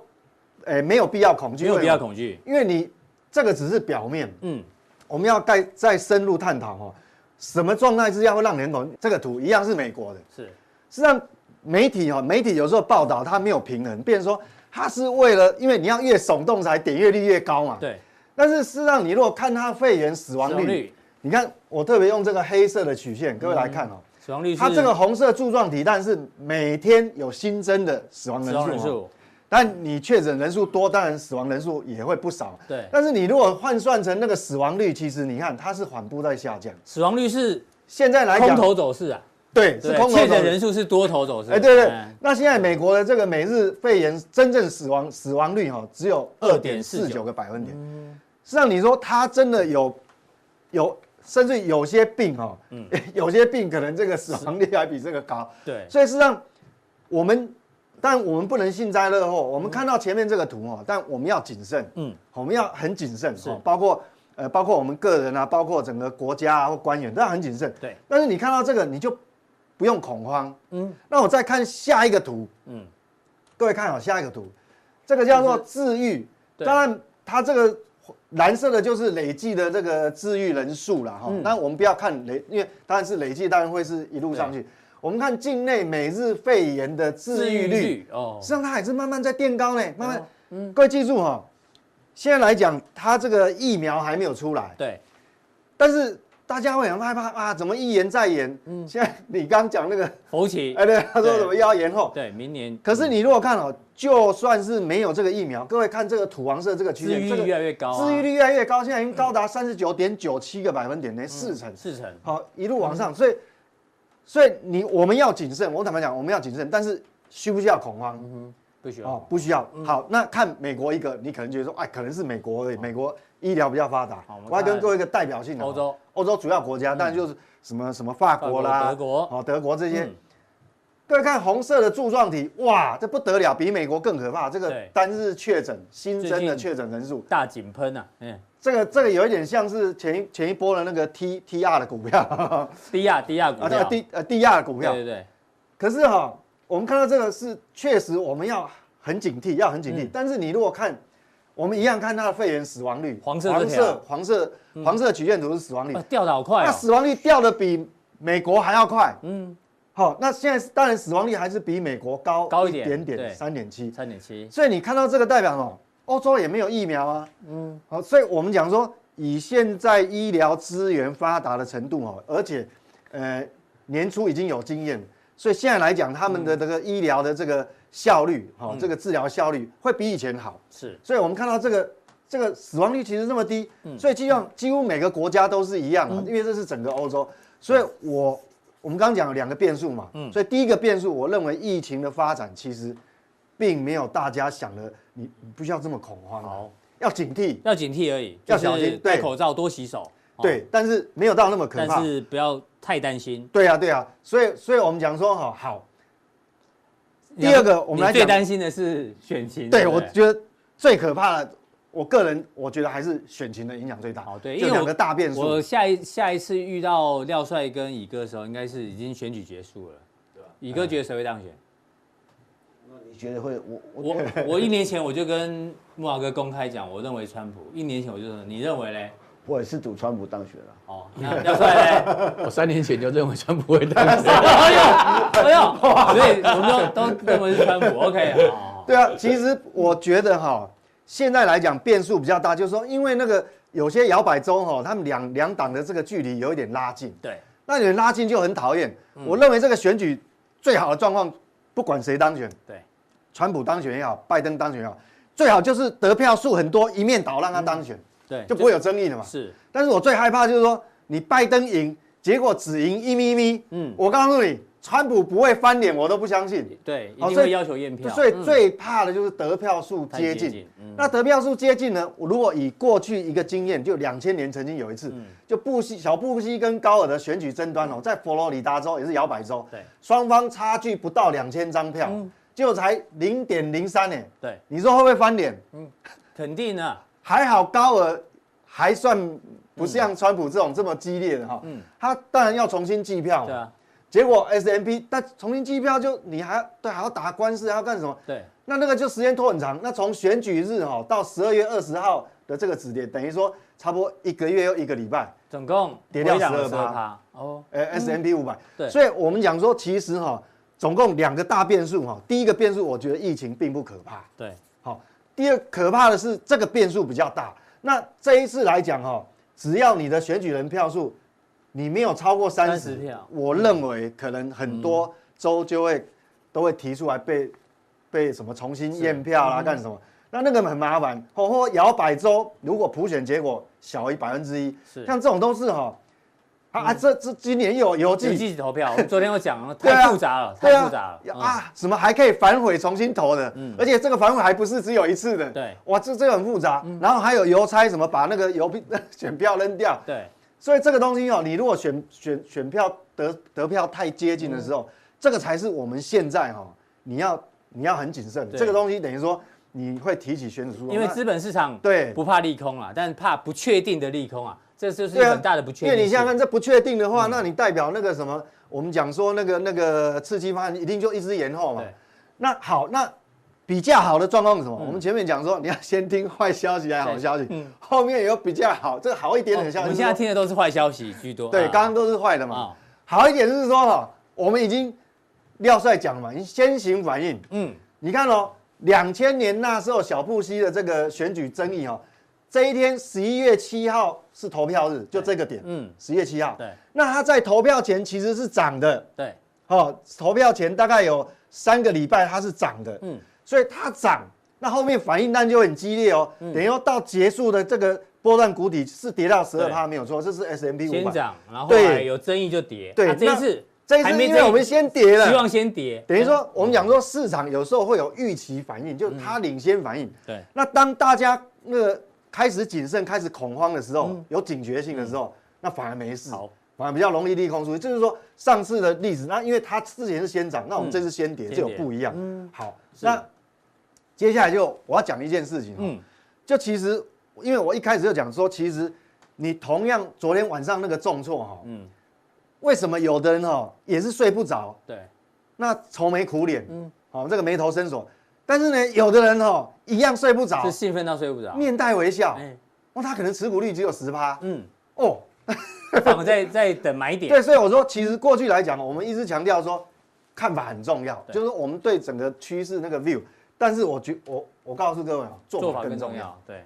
C: 哎、没有必要恐惧，
B: 没有必要
C: 惧，
B: 恐惧。
C: 因为你这个只是表面。
B: 嗯，
C: 我们要再再深入探讨哦，什么状态之下会让人恐？这个图一样是美国的，
B: 是
C: 实际上，媒体哦，媒体有时候报道它没有平衡，变成说它是为了，因为你要越耸动才点阅率越高嘛。
B: 对，
C: 但是事实上，你如果看它肺炎死亡
B: 死
C: 率，
B: 亡率
C: 你看我特别用这个黑色的曲
B: 嗯
C: 线，各位来看哦，
B: 死亡率是
C: 它这个红色柱状体，但是每天有新增的死亡人
B: 死
C: 数、哦，
B: 亡人数，
C: 但你确诊人数多，当然死亡人数也会不少。
B: 对
C: 但是你如果换算成那个死亡率，其实你看它是缓步在下降。
B: 死亡率是
C: 现在来
B: 空
C: 讲，
B: 头走势啊，
C: 对是
B: 对，
C: 空头
B: 确
C: 走
B: 诊人数是多头走势。
C: 哎，对对
B: 嗯，
C: 那现在美国的这个每日肺炎真正死亡死亡率哈、只有二点四九
B: 2.49
C: 个百分点。
B: 嗯
C: 实际上，你说它真的有有，甚至有些病哈、
B: 嗯
C: 有些病可能这个死亡率还比这个高。
B: 对
C: 所以事实上，我们但我们不能幸灾乐祸。我们看到前面这个图哦，但我们要谨慎，
B: 嗯
C: 嗯，我们要很谨慎
B: 是
C: 哦，包括呃，包括我们个人啊，包括整个国家啊或官员都要很谨慎。
B: 对，
C: 但是你看到这个，你就不用恐慌。
B: 嗯
C: 嗯，那我再看下一个图，
B: 嗯
C: 嗯，各位看好下一个图，这个叫做治愈。
B: 对
C: 当然，它这个蓝色的就是累计的这个治愈人数了哈。那、我们不要看累，因为当然是累计，当然会是一路上去。我们看境内每日肺炎的治愈率，哦
B: 哦
C: 嗯实际，上它还是慢慢在垫高呢，慢慢。各位记住哈、现在来讲，它这个疫苗还没有出来，
B: 对，
C: 但是大家会很害怕啊，怎么一延再延？嗯，现在你刚讲那个，
B: 福奇，
C: 哎，对，他说
B: 对
C: 什么要延后？
B: 对，明年
C: 可是你如果看哦，就算是没有这个疫苗，各位看这个土黄色这个曲
B: 治
C: 线，
B: 愈
C: 这
B: 率
C: 个
B: 越来越高啊，
C: 治愈率越来越高，现在已经高达三十九点九七个百分点呢，四成。
B: 四成，
C: 好，一路往上，所以，所以你我们要谨慎。我坦白讲，我们要谨慎，但是需不需要恐
B: 嗯
C: 慌？
B: 不需
C: 哦
B: 要，，
C: 不需要。
B: 嗯
C: 好，那看美国一个，你可能觉得说，哎，可能是美国而已，美国医疗比较发达
B: 好我们。
C: 我要
B: 看
C: 跟各位一个代表性的哦
B: 欧洲，
C: 欧洲主要国家，当然就是什么什么法国
B: 嗯法
C: 啦、
B: 国德国
C: 哦德国这些
B: 嗯。
C: 各位看红色的柱状体，哇，这不得了，比美国更可怕。这个
B: 对
C: 单日确诊新增
B: 最
C: 的
B: 近
C: 确诊人数，
B: 大井喷啊，嗯，
C: 这个这个有一点像是前一前一波的那个 T T R 的股票，啊，
B: 低压低压股
C: 这个
B: 票，
C: D 呃 D R 的股
B: 嗯对
C: 票
B: 对。对，
C: 可是哈、我们看到这个是确实我们要很警惕，要很警
B: 嗯
C: 惕。但是你如果看，我们一样看它的肺炎死亡率，
B: 黄色嗯这
C: 黄
B: 条
C: 色黄色黄色曲线图是死亡率，
B: 哇掉的好快
C: 那
B: 哦，
C: 死亡率掉的比美国还要快。嗯，好、那现在是当然死亡率还是比美国高
B: 高一
C: 一
B: 点
C: 点
B: 对
C: 点，三点七。
B: 三点七，
C: 所以你看到这个代表哦，欧洲也没有疫苗啊。嗯，好，所以我们讲说，以现在医疗资源发达的程度哦，而且，呃，年初已经有经验，所以现在来讲，他们
B: 嗯
C: 的这个医疗的这个效率，哈、这个治疗效率会比以前好。
B: 是
C: 所以我们看到这个这个死亡率其实那么低，
B: 嗯
C: 所以基本上几乎每个国家都是一样啊，因为这是整个欧洲。所以我我们刚刚讲有两个变数嘛，
B: 嗯
C: 所以第一个变数，我认为疫情的发展其实并没有大家想的，你你不需要这么恐慌、啊
B: 好，
C: 要警惕，
B: 要警惕而已，
C: 要
B: 就是
C: 小心对
B: 戴口罩，多洗手，哦，
C: 对，但是没有到那么可怕
B: 但。是不要太担心。
C: 对啊，对啊，所以所以我们讲说哈好，第二个我们来
B: 你最
C: 讲
B: 担心的是选情，
C: 对
B: 不
C: 我觉得最可怕的，我个人我觉得还是选情的影响最大。
B: 好对因
C: 就
B: 为我
C: 两个大变数。
B: 我下一下一次遇到廖帅跟乙哥的时候，应该是已经选举结束了。
C: 啊
B: 乙哥觉得谁会 当选？
D: 你觉得会我我
B: 我我一年前我就跟木华哥公开讲，我认为川普。一年前我就说，你认为嘞？
D: 我也是赌川普当选啊了。
B: 哦，那廖帅嘞？
E: 我三年前就认为川普 会当选。
B: 哎呦，所以我们都都认为是川 普。OK，好
E: 哦
B: 好，好
C: 对啊，其实我觉得哈，现在来讲变数比较大，就是说，因为那个有些摇摆州哈，他们两两党的这个距离有一点拉近，
B: 对，
C: 那你拉近就很讨厌。
B: 嗯
C: 我认为这个选举最好的状况，不管谁当选，
B: 对，
C: 川普当选也好，拜登当选也好，最好就是得票数很多，一面倒让他当选，
B: 嗯对，
C: 就不会有争议了嘛。
B: 是
C: 但是我最害怕就是说，你拜登赢，结果只赢一咪咪，
B: 嗯
C: 嗯，我告诉你，川普不会翻脸，我都不相信。
B: 对，一
C: 好
B: 定
C: 哦所以
B: 会要求验票。
C: 所以
B: 嗯
C: 最怕的就是得票数接
B: 太接
C: 近。
B: 近嗯
C: 那得票数接近呢？我如果以过去一个经验，就两千年曾经有一次，
B: 嗯
C: 就布希小布希跟高尔的选举争端哦，在佛罗里达州也是摇摆州，
B: 对，嗯
C: 双方差距不到两千张票，结果才零点零三呢。
B: 对，
C: 你说会不会翻脸？
B: 嗯肯定啊，
C: 还好高尔还算不像川普这种这么激烈的哈，他当然要重新计票
B: 嗯对
C: 嘛。
B: 啊，
C: 结果 S M P，但重新计票就你还对还要打官司，还要干什么？
B: 对，
C: 那那个就时间拖很长，那从选举日哈、到十二月二十号的这个止跌，等于说差不多一个月又一个礼拜，
B: 总共
C: 跌掉
B: 回档了
C: 12%
B: 趴哦，
C: 呃，S M P 五百，
B: 对
C: 所以我们讲说，其实哈、总共两个大变数哈、第一个变数我觉得疫情并不可怕，
B: 对，
C: 好、第二可怕的是这个变数比较大，那这一次来讲哈、只要你的选举人票数你没有超过三十
B: 30票
C: 我认为可能很多州就会、都会提出来被被什么重新验票啦，干什么？那那个很麻烦，或或摇摆州，如果普选结果小于百分之一，
B: 是
C: 像这种都是哈、啊啊，这这今年又有邮
B: 邮
C: 寄
B: 寄投票，我们昨天有 讲了，
C: 对啊
B: 太复杂了，
C: 对
B: 太
C: 啊
B: 复杂了
C: 要
B: 嗯
C: 啊！什么还可以反悔重新投的，而且这个反悔还不是只有一次的，
B: 对，嗯
C: 哇，这这个很复杂。然后还有邮差什么把那个邮票选票扔掉，
B: 对，
C: 所以这个东西哦，你如果选选选票得得票太接近的时候，
B: 嗯
C: 这个才是我们现在哈、哦，你要你要很谨慎。
B: 对
C: 这个东西等于说你会提起选举诉讼，
B: 因为
C: 那
B: 资本市场
C: 对
B: 不怕利空啊，但怕不确定的利空啊，这就是
C: 对啊
B: 很大的不确定性。哦
C: 因
B: 嗯
C: 为你想想看，这不确定的话，那你代表那个什么，我们讲说那个那个呃刺激方案一定就一直延后嘛
B: 对。嗯
C: 那好，那比较好的状况是什么？我们前面讲说，你要先听坏消息还是好消息，后面有比较好，这个好一点点的消
B: 哦嗯
C: 息。
B: 我们现在听的都是坏消息居多。
C: 对，
B: 啊
C: 刚刚都是坏的嘛。好一点就是说哈，我们已经廖帅讲了嘛，你先行反应，
B: 嗯，
C: 你看哦，两千年那时候小布希的这个选举争议哦，这一天十一月七号是投票日，就这个点，
B: 嗯
C: 嗯，十月七号。
B: 对，
C: 那他在投票前其实是涨的，
B: 对，
C: 哦，投票前大概有三个礼拜它是涨的，
B: 嗯
C: 嗯，所以它涨，那后面反应单就很激烈哦，
B: 嗯
C: 等于说到结束的这个波段谷底是跌到十二
B: 对
C: 趴没有错，这是 S M P 五
B: 先
C: 百。
B: 涨，然后后
C: 对
B: 来有争议就跌。
C: 对
B: 啊这一
C: 那
B: 次
C: 这一次
B: 还没
C: 因为
B: 争议
C: 我们先跌了，
B: 希望先跌，嗯
C: 等于说，我们讲说市场有时候会有预期反应，就是它领先反应。
B: 对
C: 那当大家那个开始谨慎、开始恐慌的时候，有警觉性的时候，那反而没事
B: 嗯好，
C: 反而比较容易利空出去。就是说上次的例子，那因为它之前是先涨，那我们这次先跌，
B: 嗯先跌
C: 就有不一样。嗯，好，那接下来就我要讲一件事情。嗯
B: 嗯，
C: 就其实因为我一开始就讲说，其实你同样昨天晚上那个重挫哈，嗯，为什么有的人哈也是睡不着？
B: 对，
C: 那愁眉苦脸，嗯，好、这个眉头深锁。但是呢，有的人哦，一样睡不着
B: 是，兴奋到睡不着。
C: 面带微笑，
B: 哎，
C: 哦，他可能持股率只有十趴，
B: 嗯，
C: 哦，
B: 反而在在等买点。
C: 对，所以我说，其实过去来讲，我们一直强调说，看法很重要，就是我们对整个趋势那个 view。但是我觉我我告诉各位哦，做
B: 做
C: 法
B: 法
C: 更
B: 更
C: 重
B: 重
C: 要，
B: 要。对，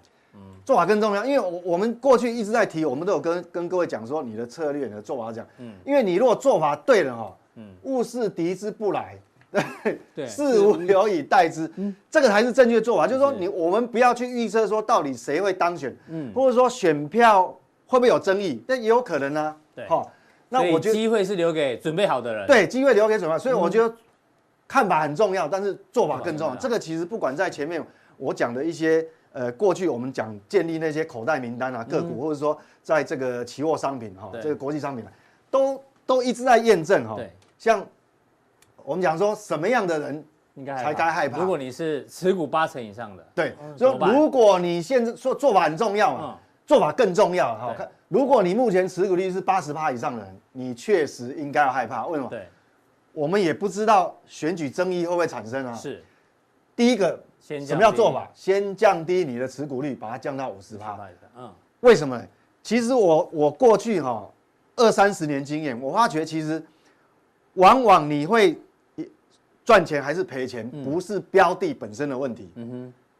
C: 做法更重要，因为我我们过去一直在提，我们都有跟跟各位讲说，你的策略、你的做法讲，嗯，因为你如果做法对了哈，嗯，物是敌之不来，
B: 对，嗯
C: 事无有以待之，这个才是正确做法。就是说，你我们不要去预测说到底谁会当选，
B: 嗯
C: 或者说选票会不会有争议，但也有可能啊。
B: 对
C: 齁
B: 所
C: 那
B: 以
C: 我觉得
B: 机会是留给准备好的人。
C: 对机会留给什么？所以我觉得看法很重要，但是做法更重
B: 做法更重
C: 要。
B: 要
C: 这个其实不管在前面我讲的一些呃，过去我们讲建立那些口袋名单啊，个股，或者说在这个期货商品哈
B: 嗯对，
C: 这个国际商品啊，都都一直在验证哈
B: 对。
C: 像我们讲说什么样的人
B: 应该
C: 才该害怕
B: 如果你是持股八成以上的，
C: 对，
B: 嗯怎
C: 所
B: 么
C: 以
B: 办
C: 如果你现在说做法很重要嘛
B: 嗯，
C: 做法更重要。好
B: 对
C: 看，如果你目前持股率是八十趴以上的人，你确实应该要害怕。为什么？
B: 对，
C: 我们也不知道选举争议会不会产生啊。，
B: 是
C: 第一个，
B: 先
C: 什么叫做
B: 吧？
C: 法？先降低你的持股率，把它降到五十趴。
B: 嗯，
C: 为什么呢？其实我我过去哈、二三十年经验，我发觉其实往往你会赚钱还是赔钱，
B: 嗯
C: 不是标的本身的问题，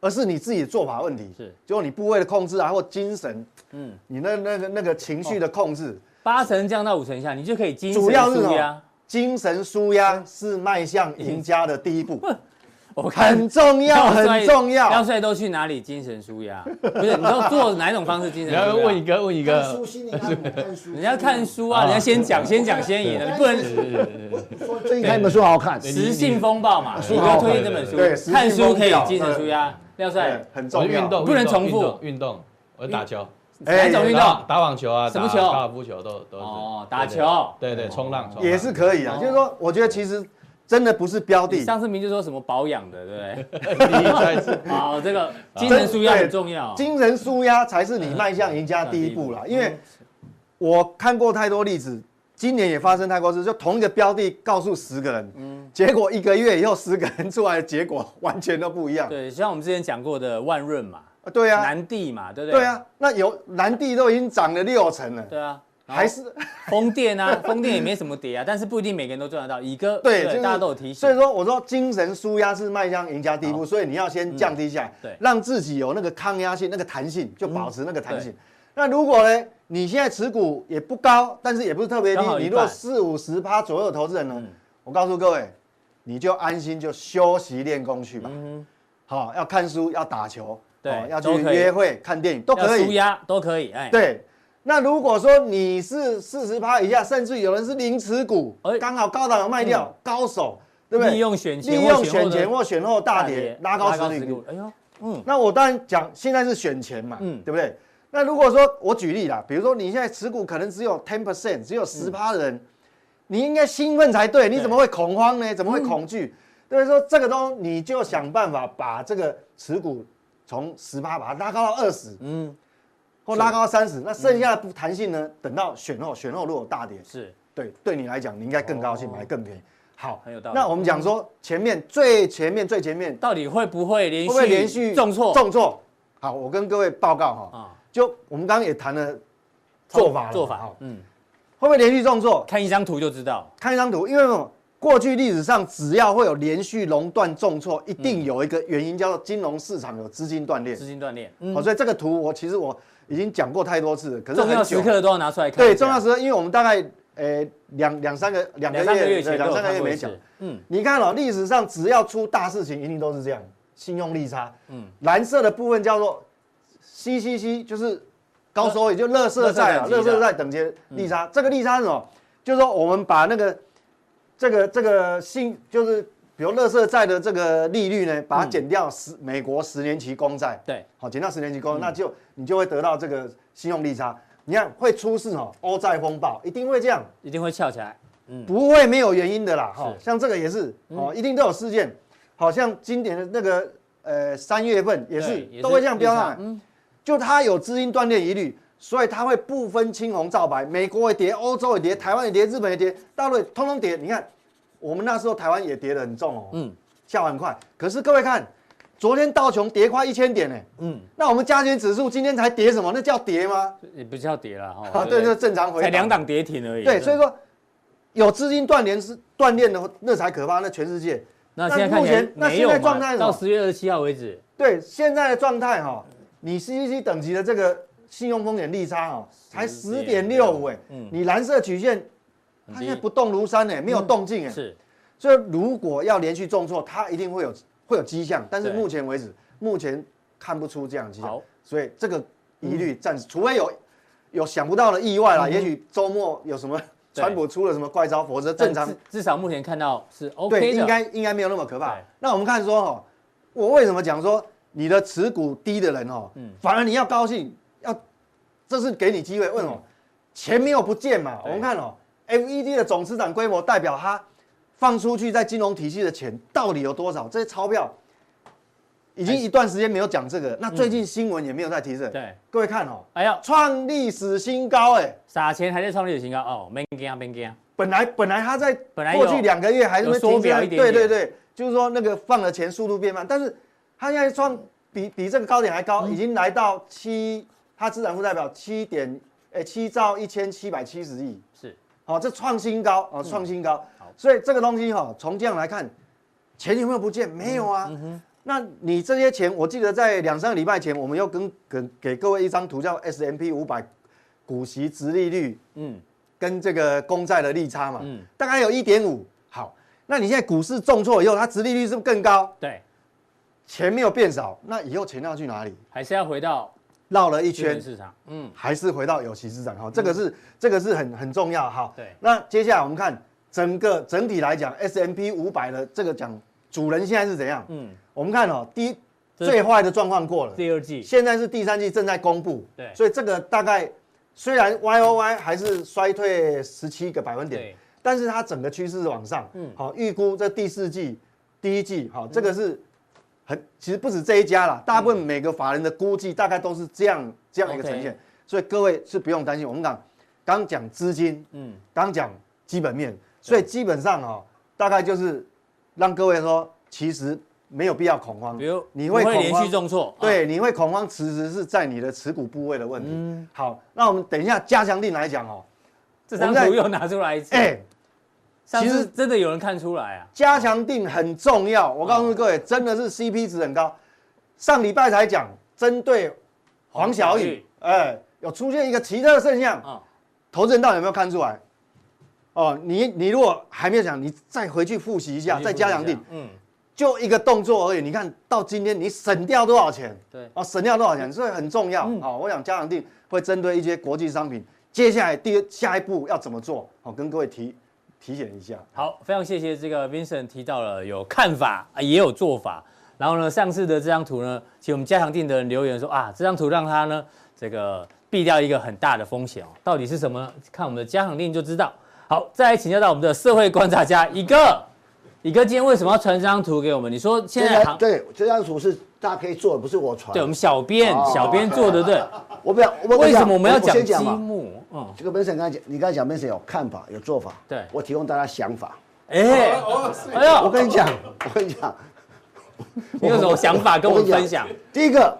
C: 而是你自己的做法问题，
B: 是
C: 就是你部位的控制啊，或精神，嗯，你那那个那个情绪的控制，
B: 八成降到五成以下，你就可以哦精神
C: 主要是什
B: 舒
C: 么
B: 压。？嗯
C: 精神舒压是迈向赢家的第一步，
B: 我看
C: 很 重
B: 廖嗯
C: 要，
B: 帅
C: 很重
B: 廖
C: 要。
B: 帅都去哪里精神舒压？不是，你知道做哪一种方式精
E: 你
B: 神舒
E: 要
B: 压？
E: 问一个问一
D: 看
E: 个
D: 书，心灵按摩，看书，
B: 人家看书啊，人家先讲，先讲先赢的，你不能
D: 说最近看一本书好好看，
B: 实性风暴嘛。你哥推荐这本
C: 啊对对对
B: 书，
C: 对
B: 看书可以
C: 实性风暴
B: 精神舒压。廖帅
C: 对，，很
E: 我
C: 重
E: 是
C: 要。
E: 运动
B: 不能
E: 运动
B: 重复
E: 运动运动，我打球，
C: 哎
B: 哪种运动
E: 打打网球啊，
B: 什么
E: 打
B: 球
E: 高尔夫球都都是
B: 哦，打球。
E: 对对，冲浪冲浪
C: 也是可以啊。就是说，我觉得其实真的不是标
B: 你
C: 的，
B: 上次明就说什么保养的，对不
E: 第一赛事。
B: 对？好，这个精神舒压
C: 对
B: 很重要。
C: 精神舒压才是你迈向赢家第一步啦。因为我看过太多例子，今年也发生太多次，就同一个标的告诉十个人，结果一个月以后十个人出来的结果完全都不一样。
B: 对，像我们之前讲过的万润嘛，
C: 啊对啊，啊
B: 南地嘛，对不对？
C: 对，啊，那有南地都已经涨了六成了，
B: 对啊，
C: 还是
B: 风电啊， 风电也没什么跌啊，但是不一定每个人都赚得到。乙哥，
C: 对，就是
B: 大家都有提醒，
C: 所以说我说精神舒压是迈向赢家第一
B: 好嗯
C: 步，所以你要先降低下来，
B: 对嗯
C: 让自己有那个抗压性、那个弹性，就保持那个弹性。那如果呢，你现在持股也不高，但是也不是特别低
B: 刚好，一半嗯
C: 你若四五十趴左右的投资人呢，我告诉各位，你就安心就休息练功去吧。好，要看书，要打球，
B: 嗯对
C: 哦要去
B: 都可以
C: 约会、看电影都可
B: 要舒
C: 以。
B: 压都可以，哎，，
C: 对，那如果说你是四十趴以下，甚至有人是零持股
B: 哎，嗯
C: 刚好高档有卖掉，高手，对不对？
B: 利用选前
C: 利
B: 或
C: 用
B: 选后
C: 选
B: 的
C: 前或选后大跌，拉高十
B: 十
C: 零股。
B: 哎呦，
C: 那我当然讲，现在是选前嘛，
B: 嗯
C: 对不对？那如果说我举例啦，比如说你现在持股可能只有 ten percent，只有
B: 嗯
C: 十趴的人，你应该兴奋才对，你怎么会恐慌
B: 嗯
C: 呢？怎么会恐惧？对不对？说这个东西你就想办法把这个持股从十趴把它拉高到二十，
B: 嗯，
C: 或拉高到三十，那剩下的不弹性呢？等到选后，选后如果有大跌，
B: 是
C: 对，对你来讲你应该更高兴，买更便宜。好，
B: 哦很有道理
C: 那我们讲说前面最前面最前面
B: 到底会不会连续
C: 会不会连续
B: 重挫？
C: 重挫。好，我跟各位报告哈、
B: 啊
C: 就我们刚刚也谈了做法了嘛
B: 哦做
C: 哈
B: 法，嗯，
C: 会不会连续重挫？
B: 看一张图就知道，
C: 看一张图，因为什么过去历史上只要会有连续熔断重挫，一定有一个原因叫做金融市场有资金断裂。
B: 资金断裂，
C: 好，所以这个图我其实我已经讲过太多次了，可是
B: 重
C: 很
B: 要
C: 久
B: 时刻都要拿出来看，
C: 对重要时刻，因为我们大概呃两两三个两个
B: 两
C: 月
B: 三个月
C: 对
B: 前都
C: 两
B: 有
C: 三个
B: 看
C: 月
B: 过
C: 没
B: 一
C: 讲
B: 次，，嗯，
C: 你看哦，历史上只要出大事情，一定都是这样，信用利差。嗯，蓝色的部分叫做 CCC，就是高收益，就乐色债啊，
B: 垃圾
C: 乐
B: 等级的嗯
C: 色债等级利差。这个利差是什么？就是说我们把那个这个这个信，就是比如乐色债的这个利率呢，把它减掉十、美国十年期公债。
B: 对，嗯
C: 好，减到十年期公债，那就你就会得到这个信用利差。你看会出事哦，欧债风暴一定会这样。
B: 一定会翘起来，
C: 不会没有原因的啦，哈、
B: 是嗯
C: 像这个也是，哦，一定都有事件，好像今年的那个呃三月份也是
B: 对也是嗯
C: 都会这样飙
B: 利
C: 上来
B: 差，
C: 就它有资金断裂疑虑，所以它会不分青红皂白，美国也跌，欧洲也跌，台湾也跌，日本也跌，大陆也通通跌。你看，我们那时候台湾也跌得很重哦，
B: 嗯
C: 嗯，下很快，可是各位看，昨天道琼跌快一千点呢，
B: 嗯，
C: 那我们加权指数今天才跌什么？那叫跌吗？
B: 也不叫跌了哈，
C: 啊，对，就正常回
B: 才
C: 档
B: 两档跌停而已，
C: 对，所以说有资金断联是断裂的，那才可怕。那全世界，
B: 那现在看
C: 目
B: 起来
C: 前那
B: 没
C: 现
B: 有
C: 在
B: 嘛
C: 状态是什
B: 到
C: 么？
B: 十月二十七号为止，
C: 对，现在的状态哈，你 CCC 等级的这个信用风险利差哈，才十点六五哎，你蓝色曲线
B: 嗯很
C: 它
B: 低嗯
C: 现在不动如山哎，没有动静哎，
B: 是
C: 所以如果要连续重挫，它一定会有会有迹象，但是
B: 对
C: 目前为止，目前看不出这样的迹象
B: 好，嗯
C: 所以这个疑虑暂时，除非有有想不到的意外啦，也许周末有什么
B: 对
C: 川普出了什么怪招，否则正
B: 但
C: 常
B: 至至少目前看到是 OK
C: 对
B: 的，
C: 应该应该没有那么可怕
B: 对。
C: 那我们看说哈，我为什么讲说你的持股低的人哦，
B: 嗯
C: 反而你要高兴，要这是给你机会，为
B: 嗯
C: 什么？钱没有不见嘛，我们看哦，FED 的总资产规模代表它放出去在金融体系的钱到底有多少？这些钞票已经一段时间没有讲这个，那最近新闻也没有再提这个。
B: 对，
C: 各位看哦，
B: 哎呀，
C: 创历史新高哎、
B: 撒钱还在创历史新高哦，没惊没惊，
C: 本来本来他在
B: 本来有
C: 过去两个月还是会
B: 有缩
C: 停
B: 表
C: 表
B: 一
C: 一
B: 点点
C: 点，对对对，就是说那个放的钱速度变慢，但是他现在创比比这个高点还
B: 嗯
C: 高，已经来到七，他资产负债表七点诶七兆一千七百七十亿，
B: 是
C: 好、这创新高
B: 嗯
C: 啊、哦创新高，所以这个东西哈、从这样来看，钱有没有不见？没有
B: 嗯
C: 啊。那你这些钱，我记得在两三个礼拜前，我们又跟跟给各位一张图，叫 S M P 五百股息殖利率
B: 嗯，
C: 跟这个公债的利差嘛，
B: 嗯
C: 大概有一点五。好，那你现在股市重挫以后，它殖利率是不是更高？
B: 对，
C: 钱没有变少，那以后钱要去哪里？
B: 还是要回到
C: 绕了一
B: 资本
C: 圈，
B: 市场，嗯，
C: 还是回到有息市场？好，这个是、这个是很很重要。好，
B: 对
C: 那接下来我们看整个整体来讲，S M P 五百的这个讲主人现在是怎样？
B: 嗯
C: 嗯，我们看哦，第一
B: 这是
C: 最坏的状况过了，
B: 第二季
C: 现在是第三季正在公布，
B: 对
C: 所以这个大概虽然 Y O Y 还是衰退十七个百分
B: 对
C: 点，但是它整个趋势是往上，嗯，好，预估这第四季、第一季，
B: 嗯
C: 好，这个是很其实不止这一家啦，大部分每个法人的估计大概都是这样这样一个呈现
B: OK，
C: 所以各位是不用担心。我们讲刚讲资金，
B: 嗯
C: 嗯，刚讲基本面，所以基本上哦，大概就是让各位说，其实没有必要恐慌，
B: 比如
C: 你
B: 不
C: 会
B: 会
C: 恐
B: 连续
C: 慌。
B: 重挫，啊，
C: 对，你会嗯恐慌，其实是在你的持股部位的问题。好，那我们等一下加强定来讲哦，
B: 这张
C: 我
B: 图
C: 们在
B: 又拿出来一次，
C: 哎、
B: 上
C: 其
B: 次
C: 实
B: 真的有人看出来啊，
C: 加强定很重要。我告诉各位，真的是 CP 值很高。上礼拜才讲针对黄小
B: 黄小
C: 雨
B: 雨，
C: 哎、有出现一个奇特的现象，
B: 啊，
C: 投资人到底有没有看出来？哦，你你如果还没有讲，你再回去复习一
D: 啊
C: 下，再加强定，
B: 嗯，
C: 就一个动作而已。你看到今天你省掉多少钱？
B: 对
C: 哦，省掉多少钱？所以很重要。好、我想加强定会针对一些国际商品，接下来第二下一步要怎么做？好、跟各位提提醒一下。
B: 好，非常谢谢这个 Vincent 提到了有看法啊，也有做法。然后呢，上次的这张图呢，其实我们加强定的人留言说啊，这张图让他呢这个避掉一个很大的风险哦，到底是什么呢？看我们的加强定就知道。好，再来请教到我们的社会观察家一个，一个今天为什么要传这张图给我们？你说现在行，
D: 对这张图是大家可以做的，不是我传。
B: 对我们小编、小编做的对，
D: 我不要，哦我
B: 为什么我们要
D: 我
B: 讲
D: 先
B: 积
D: 讲嘛？哦
B: 木？嗯，
D: 这个 Benson 刚才讲，你刚才讲 Benson 有看法，有做法，
B: 对
D: 我提供大家想法。
B: 哎，哎
D: 哦我
B: 呦，
D: 跟你讲， 我跟你讲，
B: 你有什么想法啊跟我们分享？嗯
D: 第一个，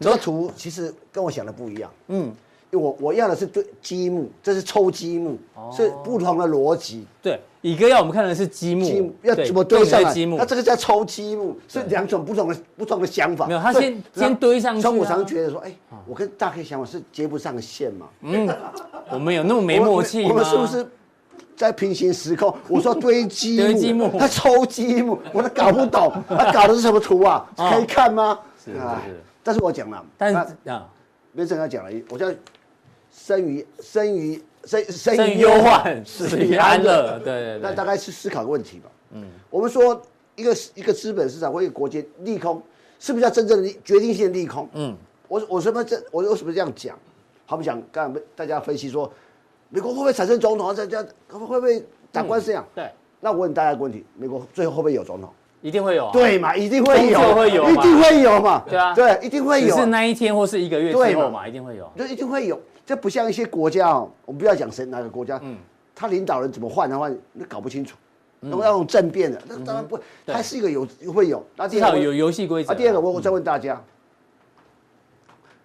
D: 这个图其实跟我想的不一样。嗯，因为我我要的是对积木，这是抽积木，
B: 哦
D: 是不同的逻辑。
B: 对，乙哥要我们看的是积木，
D: 积木要怎么
B: 对
D: 堆上
B: 待
D: 来？
B: 积木
D: 那？这个叫抽积木，是两种不同的不同的想法。
B: 没有他
D: 所以
B: 先先堆上去啊啊
D: 所以我常常觉得说，哎，我跟大 K 想法是接不上线嘛，
B: 嗯我们有那么没默契吗？
D: 我们我们是不是？在平行时 空，我说堆积木，
B: 堆积木
D: 他抽积木，我都搞不懂，他搞的是什么图啊？
B: 哦
D: 可以看吗？
E: 是是
D: 哎
E: 是
D: 但是我讲了，
B: 但
D: 那
B: 是啊，
D: 没正要讲了，我叫生于生于生
B: 生
D: 生
B: 于
D: 于
B: 忧
D: 忧
B: 患，
D: 患，
B: 死于安乐。
D: 对
B: 对
D: 那
B: 对
D: 大
B: 对，
D: 概是思考个问题吧。嗯，我们说一个一个资本市场或一个国家利空，是不是叫真正的利决定性的利空？嗯，我我什么这我为什么这样讲？好比讲刚才大家分析说，美国会不会产生总统？这这会不会打官司这样？
B: 嗯对，
D: 那我问大家一个问题：美国最后会不会有总统？
B: 一定会有啊。
D: 对嘛，一定会有，
B: 终究会有嘛
D: 一定会有嘛。
B: 对啊
D: 对，一定会
B: 只
D: 有。
B: 是那一天或是一个月
D: 对
B: 之
D: 嘛
B: 后嘛，一定会有。啊
D: 就一定会有。这不像一些国家哦，我们不要讲谁哪个国家，嗯，他领导人怎么换的话，那搞不清楚。那么要用政变的，那当然不，
B: 嗯对
D: 它是一个有会有。那
B: 至
D: 第二
B: 少
D: 个
B: 有游戏规则啊。
D: 啊，第二个我我再问大家，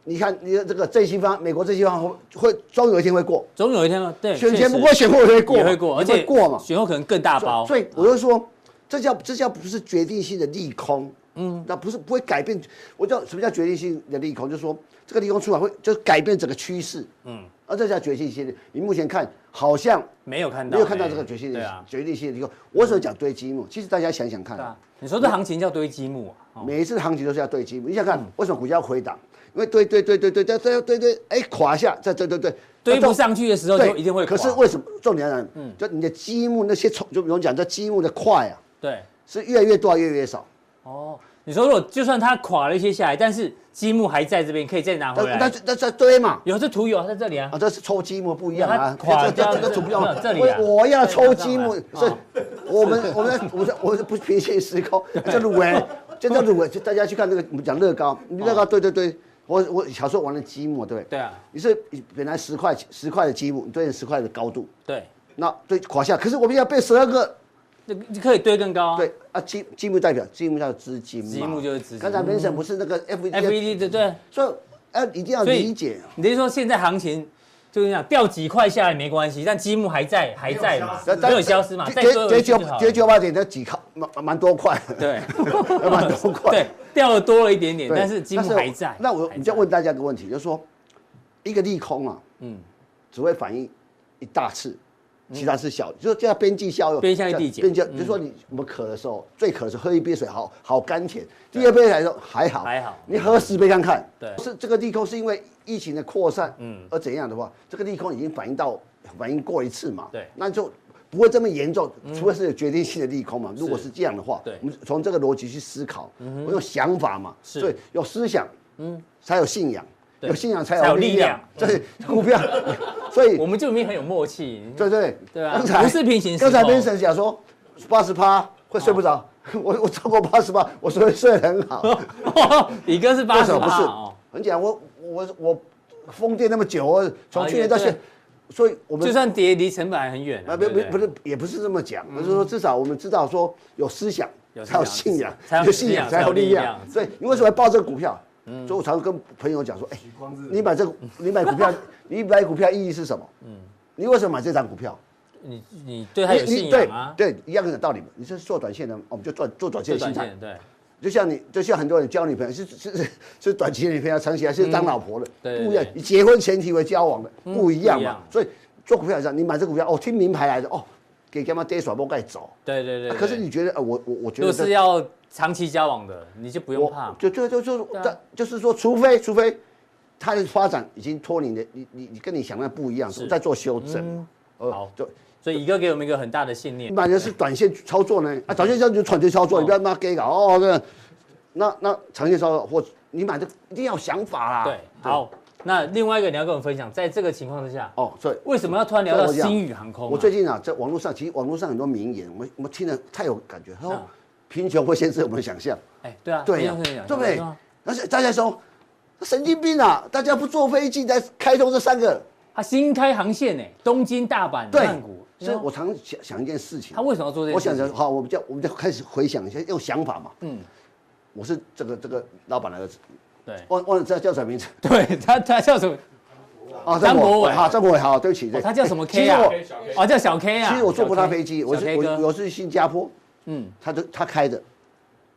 D: 你看你的这个正西方，美国正西方会会终有一天会过，
B: 总有一天嘛，对，
D: 选前
B: 确实
D: 不过选后也会过嘛，
B: 也会过，而
D: 也会
B: 且
D: 过嘛，
B: 选后可能更大包。
D: 所以我就说，这叫这叫不是决定性的利空，嗯，那不是不会改变。我叫什么叫决定性的利空？就是说这个利空出来会就是改变整个趋势，嗯，而这叫决定性的。你目前看好像
B: 没有看到，
D: 没有看到
B: 哎
D: 这个决定
B: 对
D: 的
B: 啊，
D: 决定性的利空。我所讲堆积木，其实大家想想看
B: 对，啊。你说这行情叫堆积木啊？哦
D: 每一次行情都是要堆积木。你想看为什么股价要回档？因为堆堆堆堆堆堆堆堆堆，哎，垮下，再堆堆堆，
B: 堆不上去的时候
D: 对
B: 就一定会垮。
D: 可是为什么重点呢？嗯，就你的积木那些重，就比如讲这积木的块啊，
B: 对
D: 是越来越多，越来越少。
B: 哦，你说如果就算它垮了一些下来，但是积木还在这边，可以再拿回
D: 但
B: 来。
D: 但是但是堆嘛，
B: 有这图有啊在这里啊
D: 啊，，这是抽积木不一样啊，
B: 它垮
D: 这
B: 掉
D: 这这个
B: 这
D: 主不一样
B: 没有这里啊
D: 我我要抽积木
B: 这里，啊
D: 所以我们我们我们我们不平行时 空，这鲁维，这叫鲁维，就大家去看那个我们讲乐高，你乐高对对对，我我小时候玩的积木，对不对？
B: 哦对啊，
D: 你是本来十块十块的积木，你对十块的高度，
B: 对，
D: 那对垮下，可是我们要变十二个
B: 那你可以堆更高啊。
D: 对啊，积积木代表积木叫资金嘛，
B: 积木就是资金
D: 刚才 Vincent 不是那个
B: f
D: F
B: e d 的对，
D: 所以要一定要
B: 所以
D: 理解啊。
B: 你就是说现在行情就是讲掉几块下来没关系，但积木还在还在嘛，没有消失嘛，再
D: 跌
B: 多
D: 跌
B: 回去就
D: 九
B: 好
D: 跌
B: 了。
D: 九八点，那几块蛮蛮多块，
B: 对
D: 蛮多块。
B: 对，掉了多了一点点，
D: 对，
B: 但是积木还在。
D: 那我
B: 还在
D: 你就问大家一个问题，就是说，一个利空啊，嗯，只会反映一大次，其他是小，就是叫边际效应，
B: 嗯边际递减
D: 边际，比如说你我们渴的时候，最渴的时候喝一杯水，好好甘甜，第二杯来说还好，
B: 还好
D: 你喝十杯看看，
B: 对
D: 是这个利空是因为疫情的扩散，嗯，而怎样的话，这个利空已经反映到反映过一次嘛，
B: 对嗯
D: 那就。不会这么严重，除非是有决定性的利空嘛。如果是这样的话，
B: 对
D: 我们从这个逻辑去思考，我用想法嘛，
B: 是
D: 所以有思想，嗯，才有信仰，
B: 对
D: 有信仰才
B: 才有
D: 有力量。
B: 力
D: 对，股票，所以
B: 我们就明明很有默契。
D: 对对
B: 对啊
D: 刚才
B: 不是平行时
D: 刚才
B: 空
D: Vincent 讲说八十趴会睡不着，我我超过八十趴，我睡睡得很好。
B: 李哥是
D: 为
B: 八十
D: 什么不
B: 哦
D: 是？很简单，我我我封店那么久，我从
B: 啊
D: 去年到
B: 也
D: 现在，所以我们
B: 就算跌离成本还很远啊。
D: 啊，不
B: 对
D: 不
B: 对
D: 不是，也不是这么讲，我是说至少我们知道说有思想，
B: 嗯有思
D: 才
B: 想
D: 有信仰，
B: 才有
D: 有信仰
B: 才
D: 才
B: 有
D: 有
B: 力
D: 力
B: 量
D: 量。所以你为什么要报这个股票？所以我 常常跟朋友讲说，哎，你买这个，你买股票，你买股票意义是什么？嗯，你为什么买这张股票？
B: 你你对它有
D: 你
B: 信
D: 你对
B: 仰啊？
D: 对一样的道理嘛。你是做短线的，哦我们就做做短线
B: 对
D: 的心
B: 短
D: 态
B: 线。对
D: 就像你，就像很多人交女朋友是是是是短期的女朋友，长期还是当老婆的，
B: 嗯对
D: 不一样
B: 对。嗯
D: 以结婚前提为交往的，不一样
B: 不一
D: 嘛
B: 样。
D: 所以做股票也是这样，你买这股票哦，听名牌来的哦，给干嘛跌耍不该走。
B: 对对对
D: 啊
B: 对。
D: 可是你觉得，呃，我我我觉
B: 如果
D: 得
B: 是
D: 这
B: 要长期交往的，你就不用怕
D: 我
B: 嘛。
D: 就就就就
B: 对啊
D: 但就是说，除非除非它的发展已经脱离你的，你你你跟你想的不一样，在做修正。
B: 嗯好
D: 哦，就
B: 所以乙哥给我们一个很大的信念，
D: 买的是短线操作呢，
B: 嗯
D: 啊，短线操作就短线操作，你不要妈给搞哦，那那那长线操作或你买的一定要有想法啦。
B: 对，好。那另外一个你要跟我们分享，在这个情况之下，
D: 哦，所以
B: 为什么要突然聊到
D: 所以我讲
B: 星宇航空啊？
D: 我最近啊，在网络上，其实网络上很多名言，我们我们听了太有感觉。他说
B: 啊，
D: 贫穷会限制我们的想象，
B: 哎，对啊，
D: 对
B: 一
D: 呀、
B: 样可以讲
D: 对不
B: 一
D: 对
B: 样啊？
D: 而且大家说，神经病啊！大家不坐飞机在开通这三个，
B: 他新开航线呢，东京、大阪、
D: 对
B: 曼谷，，啊
D: 所以我常想想一件事情
B: 他。为什么要做这
D: 我
B: 件事
D: 想
B: 情？
D: 着，好，我们就我们就开始回想一下，用想法嘛。嗯，我是这个这个老板的儿子，
B: 对
D: 忘忘了叫叫什么名字
B: 对，他他叫什么？
D: 啊？
B: 哦张国伟
D: 好，张国伟，好，对不起，
B: 哦
D: 对
B: 他叫什么
D: 其
B: K
D: 实
B: 啊
D: 我？
B: 哦，叫小 K 啊。
D: 其实我坐过他
B: 小 K
D: 飞机，我
B: 小
D: 是
B: K
D: 我
B: 哥
D: 我是新加坡，
B: 嗯，
D: 他都他开的，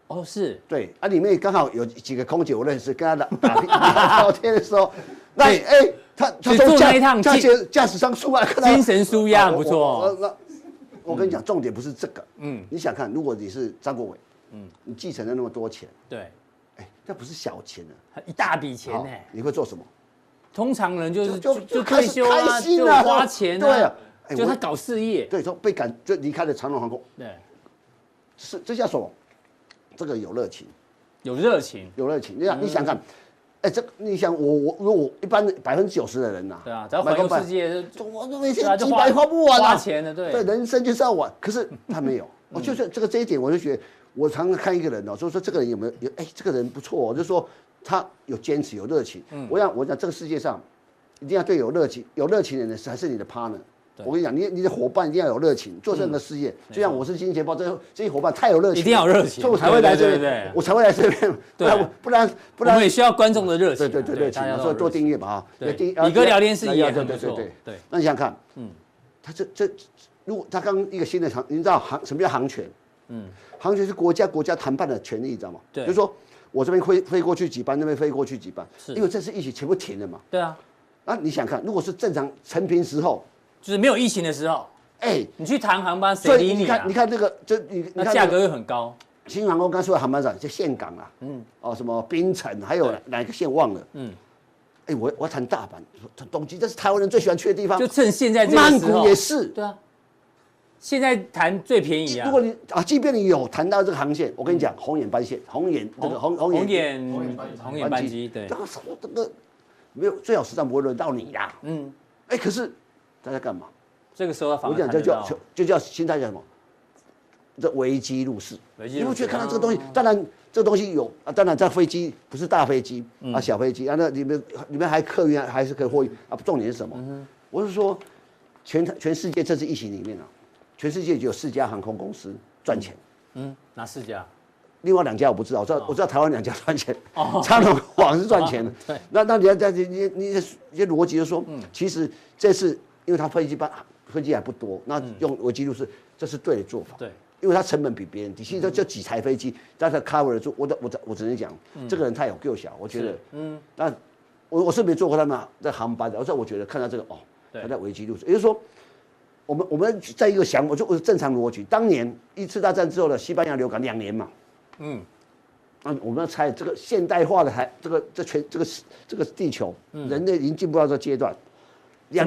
B: 哦是，
D: 对，啊，里面刚好有几个空姐我认识，跟他打打打聊天的时 候，那
B: 对
D: 哎、他他
B: 所以
D: 从
B: 坐那一
D: 驾
B: 趟
D: 驾
B: 进
D: 驶驾驶舱出来，看到
B: 精神舒压
D: 啊
B: 不错
D: 我我
B: 哦。
D: 那我跟你讲，重点不是这个，嗯，你想看，如果你是张国伟，嗯，你继承了那么多钱，
B: 对，
D: 哎、那不是小钱啊，
B: 一大笔钱
D: 好
B: 呢。
D: 你会做什么？
B: 通常人就是
D: 就
B: 就
D: 就
B: 就
D: 开
B: 退
D: 始
B: 休啊，
D: 开心
B: 就
D: 啊
B: 花钱
D: 对
B: 啊
D: 啊，哎
B: 就
D: 我
B: 他搞事业。
D: 对，说被赶就离开了长龙航空，
B: 对，
D: 是这叫什么？这个有热情，
B: 有热情。
D: 有热情。啊
B: 嗯
D: 你想，你想看，哎、这个你想我我如果我一般百分之九十的人呐、
B: 对啊，只要环游世
D: 百分之
B: 界，
D: 百，就我每
B: 对啊
D: 天
B: 就
D: 几
B: 花
D: 百花不完啊，
B: 花钱的对嗯
D: 对，人生就是要玩。可 是他没有，我就是这个这一点，我就觉得我常常看一个人哦，就说这个人有没有有哎，这个人不错、哦，就说他有坚持，有热情。
B: 嗯
D: 我想我想这个世界上一定要对有热情有热情的人才是你的 partner。我跟你讲，你你的伙伴一定要有热情，做任何事业。就像我是金钱豹，这这些伙伴太有热情了，
B: 嗯一定要有热情
D: 所以我才会来
B: 对
D: 这
B: 对对对
D: 边，我才会来这边。不
B: 对
D: 然我不然
B: 我
D: 不然
B: 们也需要观众的热情
D: 对
B: 啊。
D: 对对对，
B: 大
D: 请
B: 家都
D: 多
B: 有热
D: 多
B: 情
D: 订阅吧哈。
B: 对
D: 要订
B: 李哥聊天室也
D: 要
B: 很
D: 对啊
B: 不
D: 对对
B: 错
D: 对
B: 对
D: 对。那你想想看，嗯，他这这，如果他刚一个新的航，你知道航什么叫航权？嗯，航权是国家国家谈判的权利，你知道吗？
B: 对
D: 就是说我这边飞飞过去几班，那边飞过去几班，
B: 是
D: 因为这次疫情全部停了嘛。
B: 对啊，
D: 那你想看，如果是正常成平时候，
B: 就是没有疫情的时候，
D: 哎，
B: 你去谈航班
D: 所
B: 谁
D: 以
B: 理
D: 你
B: 啊
D: 看？你看这个，这你你
B: 那
D: 看
B: 价
D: 这个
B: 格又很高。
D: 新航空刚出来航班长就岘港啦，嗯，哦什么槟城，还有
B: 对
D: 哪个县忘了，嗯，哎、我我要谈大阪，东京，这是台湾人最喜欢去的地方，
B: 就趁现在这个
D: 曼
B: 时候
D: 谷也是。
B: 对啊，现在谈最便宜啊。
D: 如果你啊，即便你有谈到这个航线，我跟你讲，红眼班线，红眼这个红
B: 红
D: 眼
B: 眼红眼班机，对
D: 这，个什么这个没有，最好时尚不会轮到你啦。嗯，哎、可是大家干嘛？
B: 这个时候反
D: 我
B: 而谈
D: 讲这
B: 得
D: 叫
B: 到
D: 就就叫心态叫什么？这危机入市。
B: 危机入市啊
D: 你不觉得看到这个东西？当然，这个东西有啊，当然在飞机不是大飞机啊，小飞机啊，那里面里面还客运还是可以货运啊。重点是
B: 嗯
D: 什么？我是说，全全世界这次疫情里面啊，全世界只有四家航空公司赚钱，
B: 嗯，哪四家？
D: 另外两家我不知道，我知
B: 哦
D: 道我知道台湾两家赚钱， 长隆网是赚钱的。那那你要在你你你的你的逻辑就说，
B: 嗯
D: 其实这次因为它飞机班飞机还不多，那用我记录是这是对的做法。
B: 嗯对，嗯
D: 因为它成本比别人低，其实就就几台飞机，但它 cover 得住。我的我的我只能讲，
B: 嗯
D: 这个人太有够小，我觉得，嗯，那我我是没做过他们在航班的，但我觉得看到这个哦，
B: 对
D: 他在危机入市，也就是说。我们我们在一个想，我就我是正常逻辑。当年一次大战之后的西班牙流感两年嘛，那啊我们要猜这个现代化的还这个这全这个这个地球，人类已经进步到这个阶段，两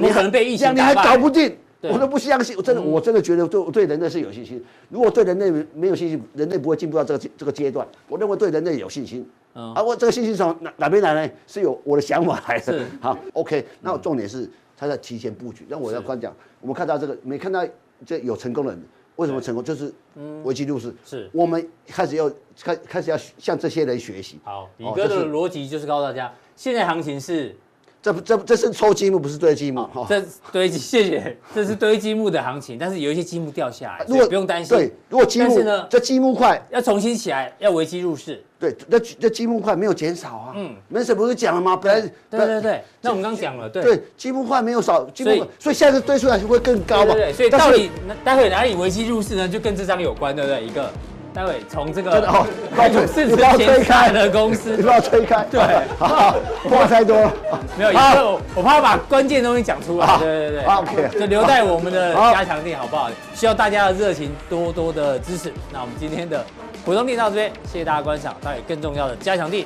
B: 嗯么
D: 年
B: 可
D: 还
B: 能被疫情
D: 两年还
B: 打败
D: 搞不定，
B: 对嗯
D: 我都不相信。我真的我真的觉得对我对人类是有信心。如果对人类没没有信心，人类不会进步到这个这个阶段。我认为对人类有信心。
B: 嗯
D: 啊，我这个信心从哪哪边来呢？是有我的想法来
B: 是嗯
D: 的。 好，OK，那重点是他在提前布局。那我要刚讲，我们看到这个没看到这有成功的人，为什么成功？就是
B: 嗯
D: 危机入市。
B: 是
D: 我们开始要开开始要向这些人学习。
B: 好，李
D: 哦
B: 哥的
D: 这是
B: 逻辑就是告诉大家，现在行情是
D: 这不这不这是抽积木，不是堆积木哈。
B: 啊这堆积， 谢谢，这是堆积木的行情，但是有一些积木掉下来，所
D: 如果
B: 以不用担心。
D: 对，如果积
B: 但
D: 木
B: 是呢，
D: 这积木块
B: 要重新起来，要危机入市。
D: 对，那那积木块没有减少啊。嗯，门神不是讲了吗？本来
B: 对
D: 本
B: 对对，那我们刚讲了，对
D: 对，积木块没有少，积木
B: 所
D: 块
B: 以，
D: 所以下次堆出来就会更高
B: 对
D: 嘛。
B: 对对，所以
D: 但
B: 到
D: 是
B: 底那待会哪里危机入市呢？就跟这张有关，对不对？一个，待会从这个
D: 真的哦
B: 开股市值前三的公司
D: 你，把我推开，
B: 对
D: 好好，话太多了。
B: 没有，因为我我怕把关键东西讲出来，
D: 好
B: 对对对
D: 好，OK
B: 就留在我们的
D: 好
B: 加强店好不好？需要大家的热情多多的支持。那我们今天的活动店到这边，谢谢大家观赏，待会更重要的加强店